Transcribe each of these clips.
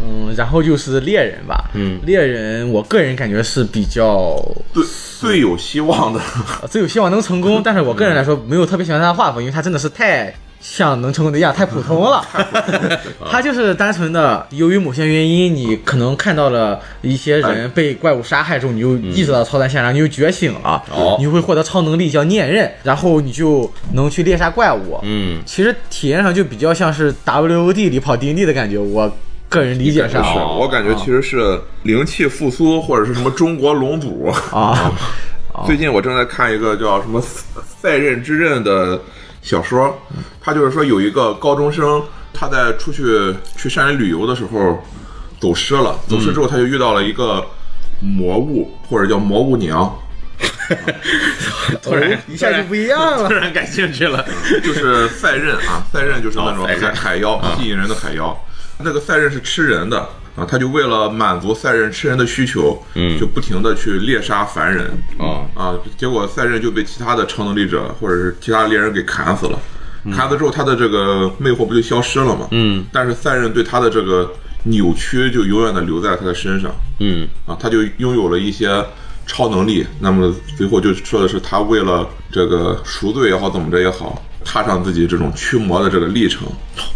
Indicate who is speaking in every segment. Speaker 1: 嗯，然后就是猎人吧，嗯，猎人我个人感觉是比较
Speaker 2: 最最有希望的，
Speaker 1: 呃最有希望能成功，但是我个人来说没有特别喜欢他的画风，因为他真的是太像能成功的一样，太普通了。他就是单纯的由于某些原因，你可能看到了一些人被怪物杀害之后，你就意识到超然现象，你就觉醒了，
Speaker 3: 哦
Speaker 1: 你会获得超能力叫念刃，然后你就能去猎杀怪物。
Speaker 3: 嗯，
Speaker 1: 其实体验上就比较像是 WOD 里跑 DND 的感觉，我个人理解上
Speaker 2: 是哦
Speaker 1: 啊
Speaker 2: 我感觉其实是灵气复苏或者是什么中国龙族。
Speaker 1: 啊，
Speaker 2: 最近我正在看一个叫什么《赛赛任之刃》的小说，他就是说有一个高中生，他在出去去山里旅游的时候走失了，走失之后他就遇到了一个魔物或者叫蘑菇娘，
Speaker 3: 突然
Speaker 1: 哦一下就不一样了
Speaker 3: 突。然感兴趣了，
Speaker 2: 就是赛任啊，赛任就是那种
Speaker 3: 哦赛
Speaker 2: 海
Speaker 3: 任
Speaker 2: 海妖，吸引人的海妖。那个赛任是吃人的啊，他就为了满足赛任吃人的需求，
Speaker 3: 嗯
Speaker 2: 就不停的去猎杀凡人
Speaker 3: 哦
Speaker 2: 啊，结果赛任就被其他的超能力者或者是其他猎人给砍死了。砍死之后，他的这个魅惑不就消失了吗？
Speaker 3: 嗯，
Speaker 2: 但是赛任对他的这个扭曲就永远的留在他的身上。
Speaker 3: 嗯
Speaker 2: 啊，他就拥有了一些超能力。那么最后就说的是他为了这个赎罪也好，怎么着也好，踏上自己这种驱魔的这个历程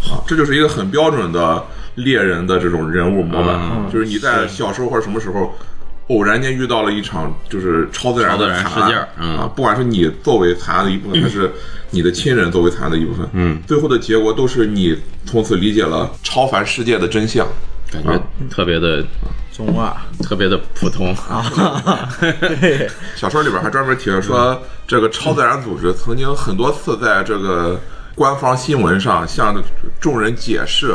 Speaker 2: 啊，这就是一个很标准的猎人的这种人物模板，
Speaker 3: 嗯
Speaker 2: 就是你在小时候或者什么时候。偶然间遇到了一场就是超自然
Speaker 3: 超自
Speaker 2: 的
Speaker 3: 然
Speaker 2: 惨
Speaker 3: 事
Speaker 2: 案
Speaker 3: 件儿、嗯
Speaker 2: 啊，不管是你作为惨案的一部分，还是你的亲人作为惨案的一部分，嗯，最后的结果都是你从此理解了超凡世界的真相。
Speaker 3: 感
Speaker 1: 啊
Speaker 3: 觉特别的
Speaker 1: 中二
Speaker 3: 特别的普通
Speaker 1: 啊，对，
Speaker 2: 小说里边还专门提了说，这个超自然组织曾经很多次在这个官方新闻上向众人解释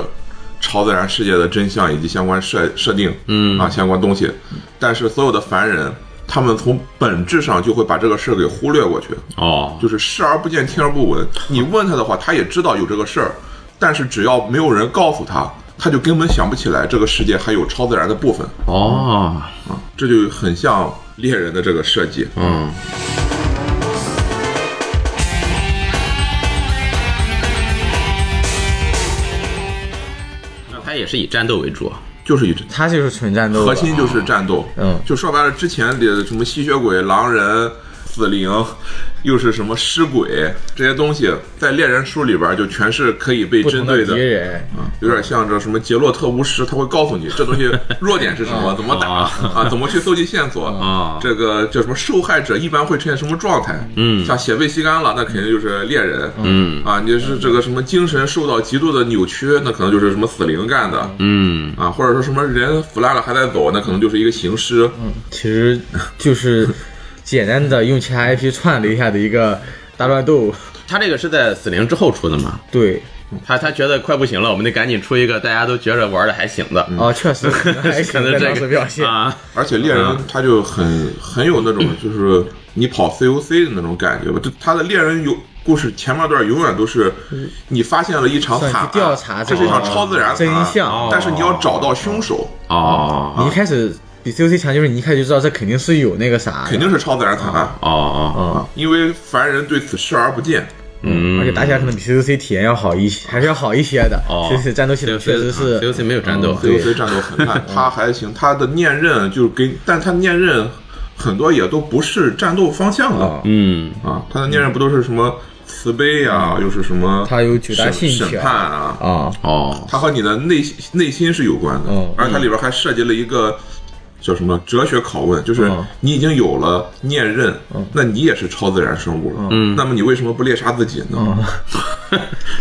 Speaker 2: 超自然世界的真相以及相关设设定，嗯啊相关东西，但是所有的凡人，他们从本质上就会把这个事儿给忽略过去，
Speaker 3: 哦，
Speaker 2: 就是视而不见，听而不闻。你问他的话，他也知道有这个事儿，但是只要没有人告诉他，他就根本想不起来这个世界还有超自然的部分
Speaker 3: 哦，
Speaker 2: 啊，这就很像猎人的这个设计，嗯。
Speaker 3: 嗯，那他也是以战斗为主啊，
Speaker 2: 就是以这
Speaker 1: 他就是纯战斗的，
Speaker 2: 核心就是战斗。
Speaker 1: 嗯
Speaker 2: 就说白了，之前的什么吸血鬼、狼人、死灵，又是什么尸鬼这些东西，在猎人书里边就全是可以被
Speaker 1: 不
Speaker 2: 针
Speaker 1: 同
Speaker 2: 对嗯
Speaker 1: 敌人，
Speaker 2: 有点像这什么杰洛特巫师，他会告诉你这东西弱点是什么，怎么打
Speaker 3: 啊
Speaker 2: 啊，怎么去搜集线索
Speaker 3: 啊
Speaker 2: 这个叫什么受害者一般会出现什么状态？
Speaker 3: 嗯
Speaker 2: 像血被吸干了，那肯定就是猎人。
Speaker 3: 嗯
Speaker 2: 啊，你是这个什么精神受到极度的扭曲，那可能就是什么死灵干的。
Speaker 3: 嗯
Speaker 2: 啊，或者说什么人腐烂了还在走，那可能就是一个行尸。
Speaker 1: 其实就是简单的用其他 IP 串了一下的一个大乱斗。，
Speaker 3: 他这个是在死灵之后出的嘛？
Speaker 1: 对，
Speaker 3: 他他觉得快不行了，我们得赶紧出一个大家都觉着玩的还行的，
Speaker 1: 啊，确实还
Speaker 3: 可
Speaker 1: 行
Speaker 3: 能
Speaker 1: 在
Speaker 3: 这
Speaker 1: 当时
Speaker 3: 个
Speaker 1: 表现。
Speaker 3: 啊，
Speaker 2: 而且猎
Speaker 1: 嗯
Speaker 2: 人他就很很有 那种就是你跑 COC 的那种感觉吧，就他的猎人有故事前半段永远都是你发现了一场
Speaker 1: 嗯算
Speaker 2: 惨
Speaker 1: 去
Speaker 2: 案，
Speaker 1: 调查
Speaker 2: 这
Speaker 1: 这
Speaker 2: 是一场
Speaker 1: 个
Speaker 2: 超自然
Speaker 1: 真
Speaker 2: 惨案
Speaker 1: 相哦
Speaker 2: 但是你要找到凶手，
Speaker 3: 哦
Speaker 1: 你一开始比 COC 强，就是你一开始就知道这肯定是有那个啥的，
Speaker 2: 肯定是超自然惨案
Speaker 3: 哦，哦，
Speaker 1: 啊，
Speaker 2: 因为凡人对此视而不见。
Speaker 3: 嗯，
Speaker 1: 而且打起来可能比 COC 体验要好一些，还是要好一些的。
Speaker 3: 哦
Speaker 1: COC 战斗系统确实是嗯
Speaker 3: COC 没有战斗，
Speaker 1: 哦
Speaker 3: 啊
Speaker 1: 对嗯
Speaker 2: COC 战斗很 烂，他还行，他的念刃就是给，但他念刃很多也都不是战斗方向的。
Speaker 1: 啊，
Speaker 3: 嗯
Speaker 2: 啊，他的念刃不都是什么慈悲呀、又是什么审？
Speaker 1: 他有九大信条
Speaker 2: 审判啊，
Speaker 1: 啊，
Speaker 3: 哦
Speaker 2: 它和你的内心内心是有关的，
Speaker 1: 嗯
Speaker 2: 而它里边还涉及了一个叫什么哲学拷问，就是
Speaker 1: 嗯
Speaker 2: 你已经有了念刃，那你也是超自然生物了，那么你为什么不猎杀自己呢？
Speaker 1: 嗯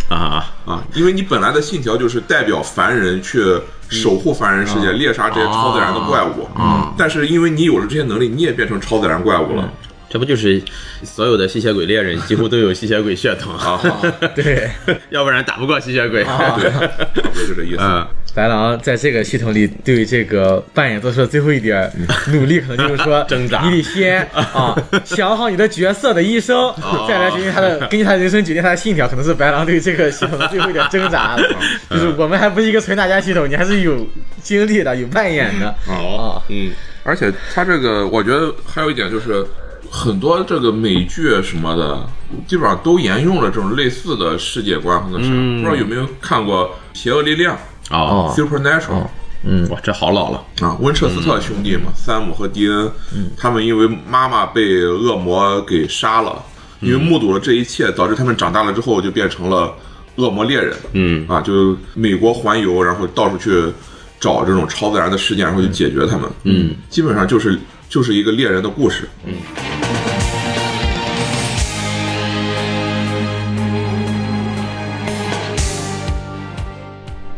Speaker 3: 啊，
Speaker 2: 啊，因为你本来的信条就是代表凡人去守护凡人世界，猎杀这些超自然的怪物。嗯，但是因为你有了这些能力，你也变成超自然怪物了。
Speaker 3: 这不就是所有的吸血鬼猎人几乎都有吸血鬼血统
Speaker 2: 啊，
Speaker 1: 对，
Speaker 3: 要不然打不过吸血鬼。
Speaker 2: 对，差不多就这意思。
Speaker 3: 嗯，
Speaker 1: 白狼在这个系统里对这个扮演做出了最后一点努力，可能就是说
Speaker 3: 嗯 挣扎
Speaker 1: 你得先 啊想好你的角色的一生，
Speaker 3: 哦
Speaker 1: 再来决定他的 根据他的人生决定他的信条，可能是白狼对这个系统的最后一点挣扎。
Speaker 3: 哦
Speaker 1: 就是我们还不是一个纯打架系统，你还是有经历的，有扮演的。啊
Speaker 3: 哦，嗯，
Speaker 2: 而且他这个，我觉得还有一点就是，很多这个美剧什么的，基本上都沿用了这种类似的世界观或者是，不知道有没有看过《邪恶力量
Speaker 3: 哦，》
Speaker 2: （Supernatural）、
Speaker 3: 嗯哇，这好老了。
Speaker 2: 啊，温彻斯特兄弟嘛，山姆和迪恩，他们因为妈妈被恶魔给杀了，因为目睹了这一切，导致他们长大了之后就变成了恶魔猎人。
Speaker 3: 嗯
Speaker 2: 啊，就美国环游，然后到处去找这种超自然的事件，然后去解决他们。嗯，基本上就是就是一个猎人的故事。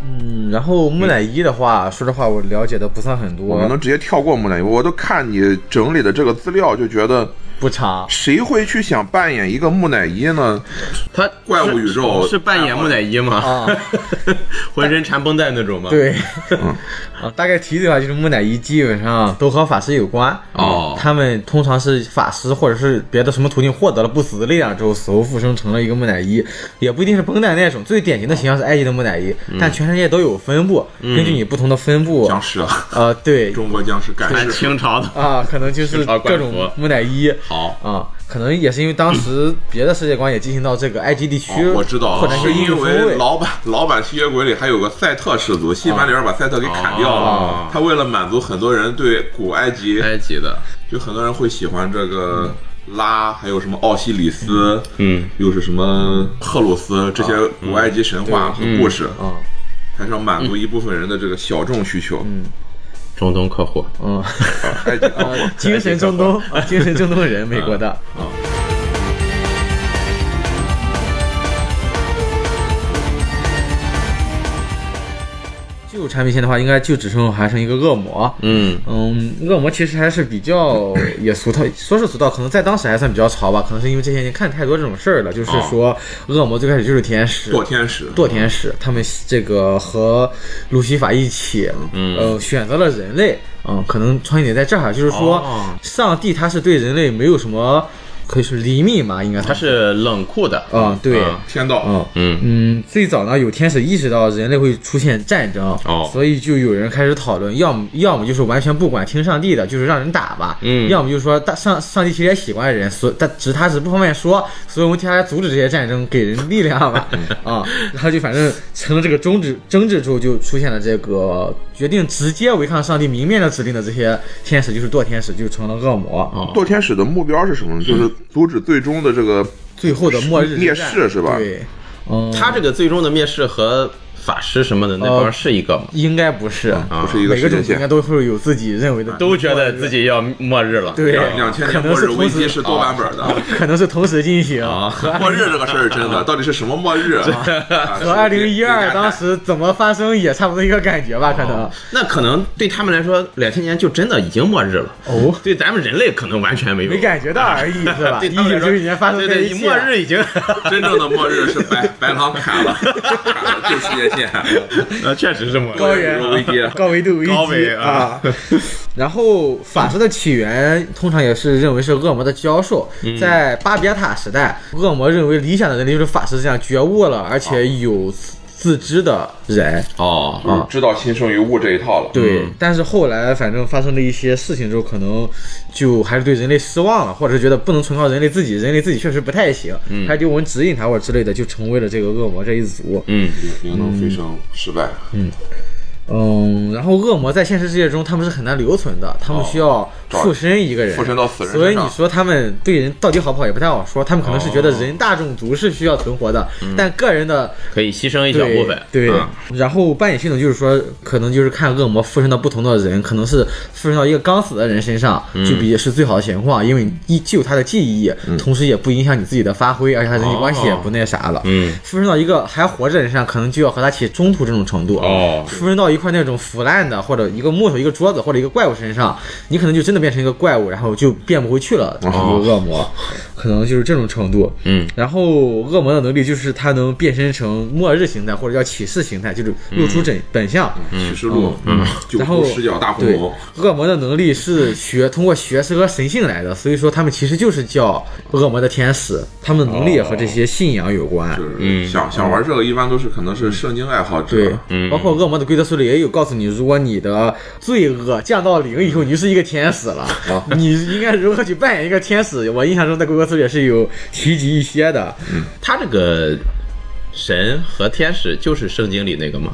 Speaker 1: 嗯，然后木乃伊的
Speaker 3: 嗯
Speaker 1: 话，说实话我了解的不算很
Speaker 2: 我们
Speaker 1: 多，
Speaker 2: 能直接跳过木乃伊，我都看你整理的这个资料，就觉得
Speaker 1: 不长。
Speaker 2: 谁会去想扮演一个木乃伊呢？
Speaker 3: 他
Speaker 2: 怪物宇宙
Speaker 3: 是是扮演木乃伊吗？
Speaker 1: 啊，
Speaker 3: 浑身缠绷带那种吗？，
Speaker 1: 对，
Speaker 2: 嗯
Speaker 1: 啊，大概提的话就是木乃伊基本上都和法师有关
Speaker 3: 哦
Speaker 1: 他们通常是法师或者是别的什么途径获得了不死的力量之后，死后附身成了一个木乃伊，也不一定是绷带那种。最典型的形象是埃及的木乃伊，
Speaker 2: 嗯
Speaker 1: 但全世界都有分布，根据你不同的分布，
Speaker 2: 僵尸啊，
Speaker 1: 呃，对，
Speaker 2: 中国僵尸赶
Speaker 3: 咱
Speaker 2: 尸。
Speaker 3: 清朝的。
Speaker 1: 啊，可能就是
Speaker 3: 清朝
Speaker 1: 各
Speaker 3: 官
Speaker 1: 种
Speaker 3: 服
Speaker 1: 木乃伊。
Speaker 3: 好，
Speaker 1: 啊、可能也是因为当时别的世界观也进行到这个埃及地区，
Speaker 2: 哦我知道
Speaker 1: 或者
Speaker 2: 了，
Speaker 1: 是
Speaker 2: 是
Speaker 1: 印度
Speaker 2: 因
Speaker 1: 风味
Speaker 2: 为老版老版吸血鬼里还有个赛特氏族，西班牙人把赛特给砍掉了。
Speaker 3: 哦
Speaker 2: 他为了满足很多人对古埃及，
Speaker 1: 哎
Speaker 3: 埃及的，
Speaker 2: 就很多人会喜欢这个
Speaker 1: 嗯
Speaker 2: 拉，还有什么奥西里斯，
Speaker 3: 嗯，
Speaker 2: 又是什么赫鲁斯这些
Speaker 1: 嗯
Speaker 2: 古埃及神话和故事，
Speaker 1: 啊，
Speaker 2: 还是要满足一部分人的这个小众需求。
Speaker 3: 中东客户。
Speaker 1: 嗯。
Speaker 2: 啊埃及包括
Speaker 1: 呃，精神中东，啊精神中东人，美国的。旧产品线的话，应该就只剩还剩一个恶魔。
Speaker 3: 嗯，
Speaker 1: 嗯，恶魔其实还是比较也俗套，说是俗套，可能在当时还算比较潮吧。可能是因为这些年看太多这种事儿了，就是说，恶魔最开始就是天使，
Speaker 2: 堕天使，
Speaker 1: 堕天使，他们这个和路西法一起，嗯，呃，选择了人类，嗯，可能创意点在这儿，就是说，
Speaker 3: 哦
Speaker 1: 上帝他是对人类没有什么，可以是怜悯嘛，应该
Speaker 3: 他
Speaker 1: 他，
Speaker 3: 是冷酷的。
Speaker 1: 啊、对，
Speaker 3: 啊
Speaker 2: 天道，
Speaker 1: 嗯
Speaker 3: 嗯，
Speaker 1: 嗯，最早呢，有天使意识到人类会出现战争，
Speaker 3: 哦
Speaker 1: 所以就有人开始讨论，要么要么就是完全不管听上帝的，就是让人打吧，
Speaker 3: 嗯
Speaker 1: 要么就是说大上上帝其实也喜欢人，所但只是他是不方便说，所以我们替他来阻止这些战争，给人力量 吧，啊，然后就反正成了这个争执争执之后，就出现了这个决定直接违抗上帝明面的指令的这些天使，就是堕天使，就成了恶魔，
Speaker 3: 哦
Speaker 2: 堕天使的目标是什么呢？就是阻止最终的这个
Speaker 1: 最后的嗯末日之
Speaker 2: 灭
Speaker 1: 战
Speaker 2: 世是吧
Speaker 1: 对，嗯，
Speaker 3: 他这个最终的灭世和法师什么的那帮是一个吗？
Speaker 1: 应该不是。
Speaker 2: 不啊是一个
Speaker 1: 啊每个
Speaker 2: 时
Speaker 1: 种
Speaker 2: 间
Speaker 1: 族应该
Speaker 2: 线。
Speaker 1: 都会有自己认为的，
Speaker 3: 都觉得自己要末日了。
Speaker 1: 对
Speaker 2: 两两千年
Speaker 1: 可能
Speaker 2: 末
Speaker 1: 是
Speaker 2: 日
Speaker 1: 同
Speaker 2: 危
Speaker 1: 时啊
Speaker 2: 机是多版本的，
Speaker 1: 可能是同时进行。
Speaker 3: 啊
Speaker 2: 末日这个事儿是真的，到底是什么末日啊？
Speaker 1: 和
Speaker 2: 和
Speaker 1: 二零一 二当时怎么发生也差不多一个感觉吧，可能。
Speaker 3: 哦那可能对他们来说，两千年就真的已经末日了。
Speaker 1: 哦，
Speaker 3: 对咱们人类可能完全没有
Speaker 1: 没感觉到 而已，是吧？
Speaker 3: 对
Speaker 1: 一
Speaker 3: 他们
Speaker 1: 九
Speaker 3: 来说
Speaker 1: 九九年发生
Speaker 3: 对
Speaker 1: 的
Speaker 3: 对
Speaker 1: 一切啊
Speaker 3: 末日 已经
Speaker 2: 真正的末日是白白狼砍了， 砍了旧世界 线，
Speaker 3: 呃，确实是末
Speaker 1: 高
Speaker 3: 日。
Speaker 1: 原
Speaker 2: 有危机。
Speaker 1: 高维度危
Speaker 3: 高维
Speaker 1: 机啊。 然后法师的起源通常也是认为是恶魔的教授，
Speaker 3: 嗯
Speaker 1: 在巴别塔时代，恶魔认为理想的人类就是法师这样觉悟了，而且有自自知的人。
Speaker 3: 哦
Speaker 2: 就是知道心生于物这一套了。嗯
Speaker 1: 对，但是后来反正发生了一些事情之后，可能就还是对人类失望了，或者是觉得不能纯靠人类自己，人类自己确实不太行，
Speaker 2: 嗯
Speaker 1: 还得我们指引他或者之类的，就成为了这个恶魔这一组。
Speaker 3: 嗯，
Speaker 2: 灵能飞升失败，
Speaker 1: 嗯，然后恶魔在现实世界中他们是很难留存的，他们需要附身一个人，
Speaker 2: 哦附身到死人身
Speaker 1: 所以
Speaker 2: 上
Speaker 1: 你说他们对人到底好不好也不太好说，他们可能是觉得人大种族是需要存活的，
Speaker 2: 嗯
Speaker 1: 但个人的
Speaker 3: 可以牺牲一小
Speaker 1: 对
Speaker 3: 部分。
Speaker 1: 对，
Speaker 3: 嗯
Speaker 1: 然后扮演系统就是说，可能就是看恶魔附身到不同的人，可能是附身到一个刚死的人身上，就比是最好的情况，因为你依旧他的记忆，
Speaker 3: 嗯
Speaker 1: 同时也不影响你自己的发挥，而且他人际关系也不那啥了。
Speaker 3: 嗯
Speaker 1: 附身到一个还活着的人身上，可能就要和他起冲突这种程度。
Speaker 3: 哦
Speaker 1: 附身到一块那种腐烂的，或者一个木头、一个桌子或者一个怪物身上，你可能就真的变成一个怪物，然后就变不回去了，就是
Speaker 2: 哦
Speaker 1: 恶魔，可能就是这种程度。
Speaker 3: 嗯，
Speaker 1: 然后恶魔的能力就是它能变身成末日形态或者叫启示形态，就是露
Speaker 2: 嗯
Speaker 1: 出真本相。
Speaker 2: 启示录，嗯，九
Speaker 1: 然后
Speaker 2: 头十角大红
Speaker 1: 对
Speaker 2: 龙，，
Speaker 1: 恶魔的能力是学通过学识和神性来的，所以说他们其实就是叫恶魔的天使，他们的能力也和这些信仰有关。
Speaker 2: 就是想想玩这个，一般都是可能是圣经爱好
Speaker 1: 嗯对
Speaker 2: 者，，
Speaker 1: 包括恶魔的规则书里也有告诉你，如果你的罪恶降到零以后，你就是一个天使了。
Speaker 2: 啊
Speaker 1: 你应该如何去扮演一个天使？我印象中在规则书里也是有提及一些的。
Speaker 3: 他这个神和天使就是圣经里那个吗？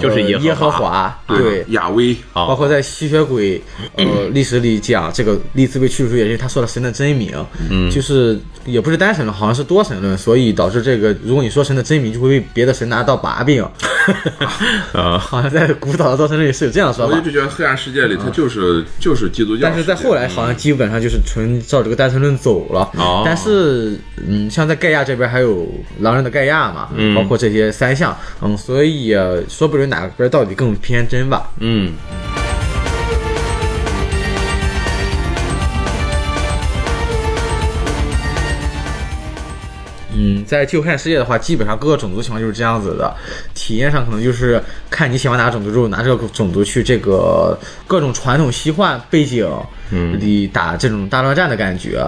Speaker 3: 就是
Speaker 1: 呃耶
Speaker 3: 耶和
Speaker 1: 和，华，
Speaker 2: 对
Speaker 1: 对，
Speaker 2: 嗯亚威，
Speaker 3: 哦
Speaker 1: 包括在吸血 鬼呃历史里讲，这个利兹被驱逐也是他说了神的真名，嗯，就是也不是单神论，好像是多神论，所以导致这个，如果你说神的真名，就会被别的神拿到把柄，
Speaker 3: 啊，
Speaker 1: 好像在古早的多神论里是有这样说
Speaker 2: 我
Speaker 1: 法
Speaker 2: 一。直觉得黑暗世界里它就是就是基督教
Speaker 1: 但
Speaker 2: 世界，
Speaker 1: 是在后来好像基本上就是纯照这个单神论走了，
Speaker 3: 哦
Speaker 1: 但是嗯，像在盖亚这边还有狼人的盖亚嘛，
Speaker 3: 嗯
Speaker 1: 包括这些三项，嗯，所以呃说不准哪个边到底更偏真吧，
Speaker 3: 嗯，
Speaker 1: 嗯，在旧汉世界的话，基本上各个种族情况就是这样子的。体验上可能就是看你喜欢哪个种族之后，拿这个种族去这个各种传统西幻背景
Speaker 3: 嗯
Speaker 1: 里打这种大乱战的感觉。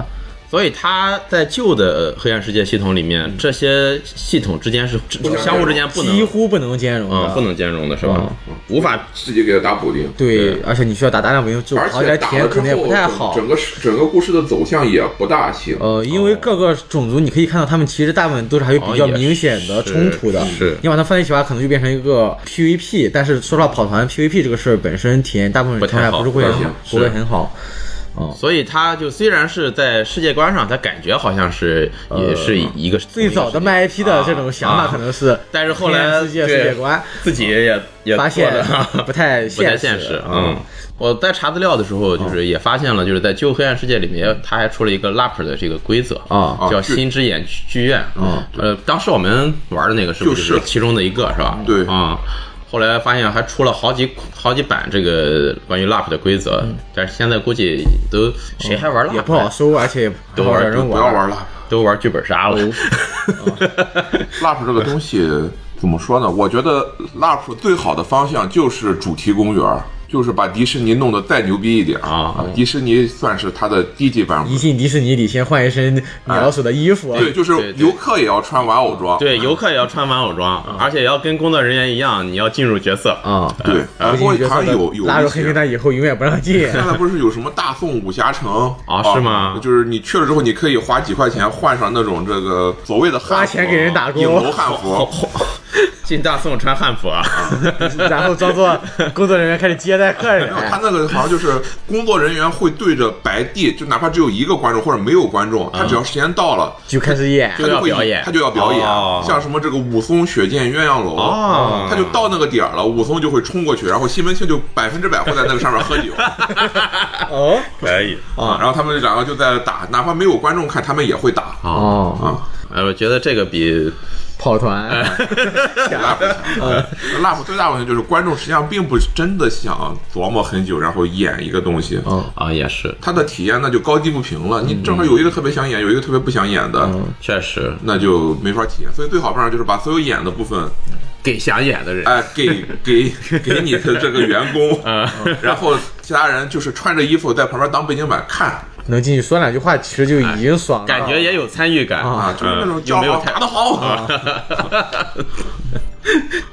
Speaker 3: 所以他在旧的黑暗世界系统里
Speaker 1: 嗯
Speaker 3: 面，这些系统之间是相互之间不能
Speaker 1: 几乎不嗯能兼容的，
Speaker 3: 嗯啊、不能兼容的是吧？无法
Speaker 2: 自己给它打补丁，
Speaker 1: 对，而且你需要打大量维度，
Speaker 2: 而
Speaker 1: 跑起
Speaker 2: 且
Speaker 1: 来
Speaker 2: 打
Speaker 1: 体验
Speaker 2: 了
Speaker 1: 可
Speaker 2: 之
Speaker 1: 能也不
Speaker 2: 后
Speaker 1: 太好。
Speaker 2: 整整个整个故事的走向也不大行。
Speaker 1: 呃，因为各个种族，你可以看到他们其实大部分都是还有比较
Speaker 3: 哦也
Speaker 1: 明显的
Speaker 3: 是
Speaker 1: 冲突的。
Speaker 3: 是
Speaker 1: 你把它放在一起吧，可能就变成一个 PVP。但是说实话，跑团 PVP 这个事儿本身体验，大部分
Speaker 3: 不
Speaker 1: 人
Speaker 3: 太
Speaker 1: 看来
Speaker 3: 好
Speaker 1: 不是会
Speaker 3: 不
Speaker 2: 太行
Speaker 1: 不
Speaker 3: 是
Speaker 1: 会很好。
Speaker 3: 所以他就虽然是在世界观上，他感觉好像是也是一个
Speaker 1: 最早的卖 IP 的这种想法可能是，
Speaker 3: 但是后来
Speaker 1: 黑暗世界
Speaker 3: 对
Speaker 1: 世界观
Speaker 3: 自己也 也
Speaker 1: 发现
Speaker 3: 做了
Speaker 1: 不太
Speaker 3: 不太
Speaker 1: 现
Speaker 3: 现实。嗯，，我在查资料的时候，就是也发现了，就是在旧黑暗世界里面，他还出了一个 LARP 的这个规则
Speaker 1: 啊
Speaker 2: 啊
Speaker 3: 叫
Speaker 2: 是
Speaker 3: 新之眼剧院。
Speaker 2: 啊
Speaker 3: 呃，当时我们玩的那个是不
Speaker 2: 就是
Speaker 3: 是其中的一个是吧？
Speaker 2: 对
Speaker 3: 啊。后来发现还出了好几好几版这个关于 LARP 的规则，但是现在估计都谁还玩 LARP？
Speaker 1: 也不好收，而且也不
Speaker 3: 都
Speaker 1: 好
Speaker 3: 玩
Speaker 1: 让人
Speaker 2: 不要玩了
Speaker 3: 都玩剧本杀了。
Speaker 2: ，LARP 这个东西怎么说呢？我觉得 LARP 最好的方向就是主题公园，就是把迪士尼弄得再牛逼一点
Speaker 3: 啊
Speaker 2: 迪士尼算是它的低级版
Speaker 1: 一
Speaker 2: 本，
Speaker 1: 进迪士尼里先换一身米老鼠的衣服，
Speaker 2: 对，就是
Speaker 3: 对对
Speaker 2: 游客也要穿玩偶装，
Speaker 3: 对，游客也要穿玩偶装，
Speaker 1: 嗯
Speaker 3: 而且也要跟工作人员一样，你要进入角色。
Speaker 1: 啊，
Speaker 2: 对，哎然后
Speaker 1: 我觉得
Speaker 2: 好像有有
Speaker 1: 拉入
Speaker 2: 一
Speaker 1: 黑名
Speaker 2: 些。
Speaker 1: 单以后永远不让进。
Speaker 2: 现在不是有什么大宋武 侠城
Speaker 3: 啊是吗
Speaker 2: 就是你去了之后，你可以花几块钱换上那种这个所谓的汉服
Speaker 1: 花钱给人打工
Speaker 2: 影楼汉 服，
Speaker 3: 哦进大宋穿汉服啊，
Speaker 1: 然后装作工作人员开始接待客人哎
Speaker 2: 没有，，他那个好像就是工作人员会对着白地，就哪怕只有一个观众或者没有观众，他只要时间到了，
Speaker 1: 就开始演
Speaker 2: 他。就会
Speaker 3: 就要表演
Speaker 2: 他就要表演
Speaker 3: 哦。
Speaker 2: 像什么这个武松血溅鸳鸯楼
Speaker 3: 哦，
Speaker 2: 他就到那个点儿了，武松就会冲过去，然后西门庆就百分之百会在那个上面喝酒
Speaker 1: 哦
Speaker 3: 可以
Speaker 2: 啊，然后他们两个就在打，哪怕没有观众看，他们也会打
Speaker 3: 啊。
Speaker 1: 哦，
Speaker 2: 啊。
Speaker 3: 呃，我觉得这个比
Speaker 1: 跑团，
Speaker 2: 拉普强，拉普最大问题就是观众实际上并不是真的想琢磨很久，然后演一个东西。
Speaker 1: 嗯
Speaker 3: 啊也是，
Speaker 2: 他的体验那就高低不平了。你正好有一个特别想演，有一个特别不想演的，
Speaker 3: 确实
Speaker 2: 那就没法体验。所以最好办法就是把所有演的部分，
Speaker 3: 给想演的人
Speaker 1: 啊
Speaker 2: 哎，给给给你的这个员工，
Speaker 3: 嗯
Speaker 2: 然后其他人就是穿着衣服在旁边当背景板看
Speaker 1: 能进去说两句话，其实就已经爽了。
Speaker 3: 感觉也有参与感
Speaker 1: 啊
Speaker 2: 啊，就是那种
Speaker 3: 嗯又
Speaker 2: 叫
Speaker 3: 没有
Speaker 2: 好
Speaker 3: 太
Speaker 2: 打得好， 啊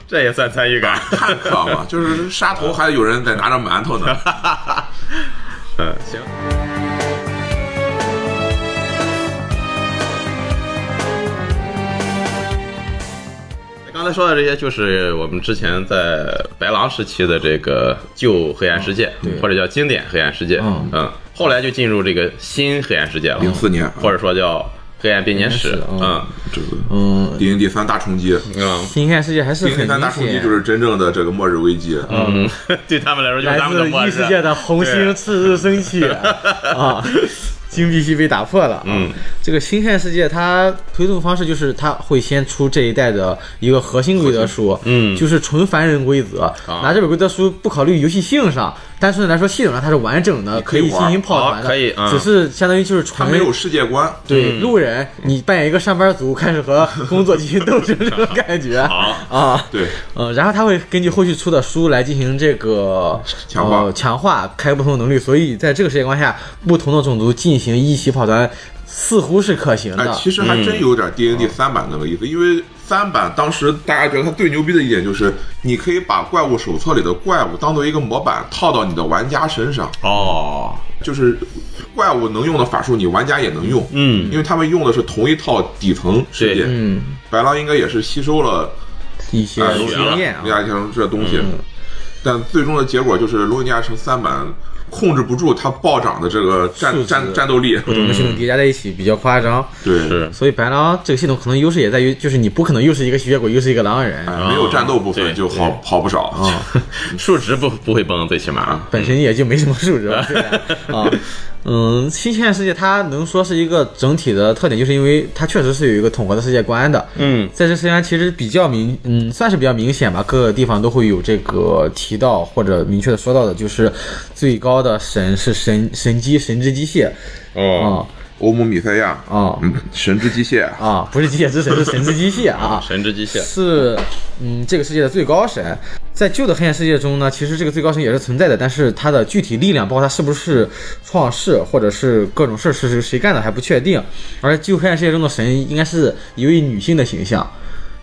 Speaker 3: 这也算参与感。
Speaker 2: 看客嘛，就是杀头还有人在拿着馒头呢。
Speaker 3: 嗯，行。刚才说的这些，就是我们之前在白狼时期的这个旧黑暗世界，或者叫经典黑暗世界，
Speaker 1: 嗯
Speaker 3: 嗯，后来就进入这个新黑暗世界了，
Speaker 2: 零四年，啊
Speaker 3: 或者说叫黑暗编年史
Speaker 1: 编，年史
Speaker 3: 嗯
Speaker 2: 这个
Speaker 1: 嗯，
Speaker 2: D N D 三大冲击，D
Speaker 3: 嗯
Speaker 1: 新看世界还是
Speaker 2: N
Speaker 1: 很
Speaker 2: D 三大
Speaker 1: 明
Speaker 2: 冲击
Speaker 1: 显
Speaker 2: 就。是真正的这个末日危机。
Speaker 3: 嗯， 对他们来说就是
Speaker 1: 来
Speaker 3: 他们的
Speaker 1: 自
Speaker 3: 末
Speaker 1: 异
Speaker 3: 日
Speaker 1: 世界的红星次日升起啊，金币系被打破了、啊。
Speaker 3: 嗯，
Speaker 1: 这个新线世界它推动方式就是它会先出这一代的一个核心规则书，
Speaker 3: 嗯
Speaker 1: 就是纯凡人规则。
Speaker 3: 啊
Speaker 1: 拿这本规则书不考虑游戏性上，单纯的来说系统上它是完整的，可
Speaker 2: 以
Speaker 1: 以进行
Speaker 2: 玩
Speaker 1: 泡团的，
Speaker 3: 哦可以啊
Speaker 1: 只是相当于就是
Speaker 2: 它
Speaker 1: 纯
Speaker 2: 没有世界观，
Speaker 1: 对、
Speaker 3: 嗯
Speaker 1: 路人，你扮演一个上班族，开始和工作进行斗 争这种感觉啊。
Speaker 2: 对，
Speaker 1: 呃，然后他会根据后续出的书来进行这个
Speaker 2: 强化
Speaker 1: 呃强化开不同的能力，所以在这个世界观下，不同的种族进行一起跑团似乎是可行
Speaker 2: 哎，
Speaker 1: 的。
Speaker 2: 其实还真有点 D N D
Speaker 1: 嗯
Speaker 2: 三版那个意思，因为三版当时大家觉得它最牛逼的一点就是，你可以把怪物手册里的怪物当做一个模板套到你的玩家身上，
Speaker 3: 哦，
Speaker 2: 就是怪物能用的法术，你玩家也能用，
Speaker 3: 嗯
Speaker 2: 因为他们用的是同一套底层世界。
Speaker 3: 对
Speaker 1: 嗯，
Speaker 2: 白狼应该也是吸收了
Speaker 1: 一些
Speaker 2: 哎
Speaker 1: 经验啊嗯
Speaker 2: 李，亚强这东西，但最终的结果就是《龙与地下城》三版控制不住它暴涨的这个
Speaker 1: 数嗯
Speaker 2: 战
Speaker 1: 值
Speaker 2: 战战斗力，
Speaker 1: 不同的系统叠加在一起比较夸张。
Speaker 2: 对，
Speaker 3: 是
Speaker 1: 所以白狼这个系统可能优势也在于，就是你不可能又是一个吸血鬼，又是一个狼人，
Speaker 2: 哎没有战斗部
Speaker 3: 对
Speaker 2: 分就好好不少啊。
Speaker 1: 嗯
Speaker 3: 数值不不会崩，最起码啊
Speaker 1: 本身也就没什么数值了，对吧？啊，嗯，新现世界它能说是一个整体的特点，就是因为它确实是有一个统合的世界观的。
Speaker 3: 嗯，
Speaker 1: 在这世界观其实比较明，嗯，算是比较明显吧，各个地方都会有这个提到或者明确的说到的，就是最高的神是神神机神之机械
Speaker 3: 哦，
Speaker 1: 啊
Speaker 2: 欧姆米塞亚，
Speaker 1: 啊
Speaker 2: 嗯，神之机械，
Speaker 1: 啊，不是机械之 神，是神之机械啊。
Speaker 3: 神之机械
Speaker 1: 是，嗯，这个世界的最高神。在旧的黑暗世界中呢，其实这个最高神也是存在的，但是它的具体力量，包括它是不是创世或者是各种事是是谁干的还不确定。而旧黑暗世界中的神应该是一位女性的形象，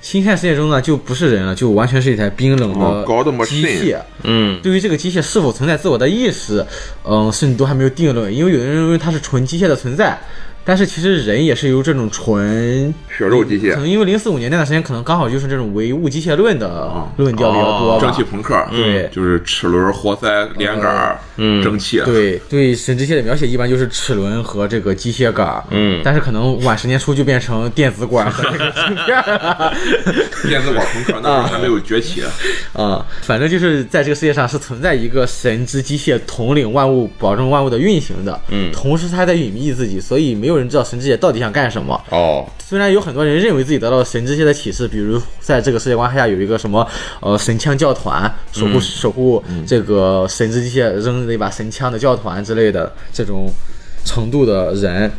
Speaker 1: 新黑暗世界中呢就不是人了，就完全是一台冰冷
Speaker 2: 哦，God
Speaker 1: 的
Speaker 2: machine
Speaker 1: 机械。
Speaker 3: 嗯
Speaker 1: 对于这个机械是否存在自我的意识，嗯，甚至都还没有定论，因为有的人认为它是纯机械的存在，但是其实人也是由这种纯
Speaker 2: 血肉机
Speaker 1: 可
Speaker 2: 械，
Speaker 1: 能因为零四五年那段时间，可能刚好就是这种唯物机械论的论调比较多吧。
Speaker 2: 啊哦
Speaker 1: 嗯
Speaker 2: 蒸汽朋克，
Speaker 1: 对
Speaker 2: 就是齿轮、活塞、连杆、嗯，蒸汽，
Speaker 1: 对对，神之械的描写一般就是齿轮和这个机械杆，
Speaker 3: 嗯
Speaker 1: 但是可能晚十年出就变成电子管和这个芯片 了，
Speaker 2: 电子管朋克那时候还没有崛起，
Speaker 1: 啊、反正就是在这个世界上是存在一个神之机械统领万物、保证万物的运行的，
Speaker 3: 嗯
Speaker 1: 同时它在隐秘自己，所以没有人知道神之械到底想干什么，
Speaker 3: 哦，
Speaker 1: 虽然有很多人认为自己得到了神之械的启示，比如在这个世界观下有一个什么呃神枪教团守护、守护这个神之机械扔了一把神枪的教团之类的这种程度的人。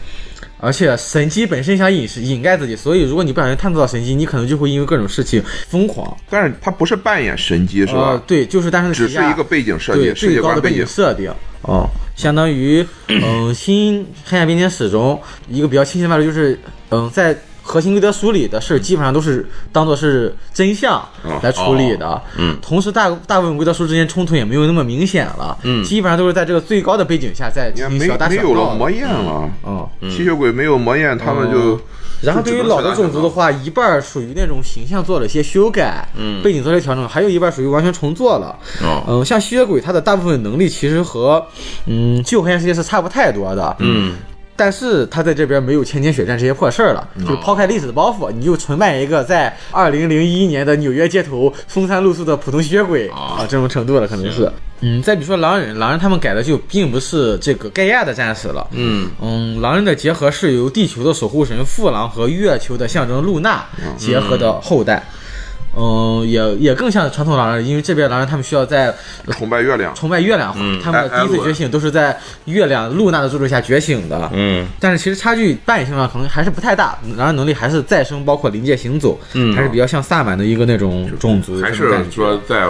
Speaker 1: 而且神机本身想隐是掩盖自己，所以如果你不小心探测到神机，你可能就会因为各种事情疯狂。
Speaker 2: 但是它不是扮演神机是
Speaker 1: 呃
Speaker 2: 吧？，
Speaker 1: 对，就是单纯的
Speaker 2: 只
Speaker 1: 体
Speaker 2: 是
Speaker 1: 验
Speaker 2: 一个背景设
Speaker 1: 对
Speaker 2: 计，世
Speaker 1: 最
Speaker 2: 界
Speaker 1: 高
Speaker 2: 观
Speaker 1: 的背
Speaker 2: 背景
Speaker 1: 景，设定哦，相当于嗯、新黑暗边界史中一个比较清晰的脉络就是嗯、在核心规则书里的事基本上都是当做是真相
Speaker 2: 哦
Speaker 1: 来处理的，嗯，同时大大部分规则书之间冲突也没有那么明显了，嗯，基本上都是在这个最高的背景下在
Speaker 2: 你
Speaker 1: 进
Speaker 2: 看
Speaker 1: 行
Speaker 2: 没
Speaker 1: 小打
Speaker 2: 没
Speaker 1: 小
Speaker 2: 有了
Speaker 1: 闹的，
Speaker 2: 魔焰了，
Speaker 1: 嗯。哦
Speaker 2: 吸血鬼没有魔焰，他们就
Speaker 1: 然后对于老的种族的，话，一半儿属于那种形象做了一些修改，嗯，背景做了一些调整，还有一半儿属于完全重做了。
Speaker 3: 哦
Speaker 1: 嗯，像吸血鬼，它的大部分能力其实和嗯旧黑暗世界是差不太多的，嗯。但是他在这边没有千年血战这些破事儿了，就抛开历史的包袱，你就纯扮演一个在二零零一年的纽约街头风餐露宿的普通吸血鬼啊，
Speaker 3: 啊
Speaker 1: 这种程度了，可能是。嗯，再比如说狼人，狼人他们改的就并不是这个盖亚的战士了，
Speaker 3: 嗯
Speaker 1: 嗯，狼人的结合是由地球的守护神父狼和月球的象征露娜结合的后代。嗯，也也更像传统狼人，因为这边狼人他们需要在
Speaker 2: 崇拜月亮，
Speaker 1: 崇拜月亮，
Speaker 3: 嗯
Speaker 1: 他们的第一次觉醒都是在月亮露娜的助力下觉醒的。
Speaker 3: 嗯
Speaker 1: 但是其实差距扮演性上可能还是不太大，狼人能力还是再生，包括临界行走，
Speaker 3: 嗯
Speaker 1: 还是比较像萨满的一个那种种族，
Speaker 2: 还
Speaker 1: 这种
Speaker 2: 是
Speaker 1: 感觉
Speaker 2: 说在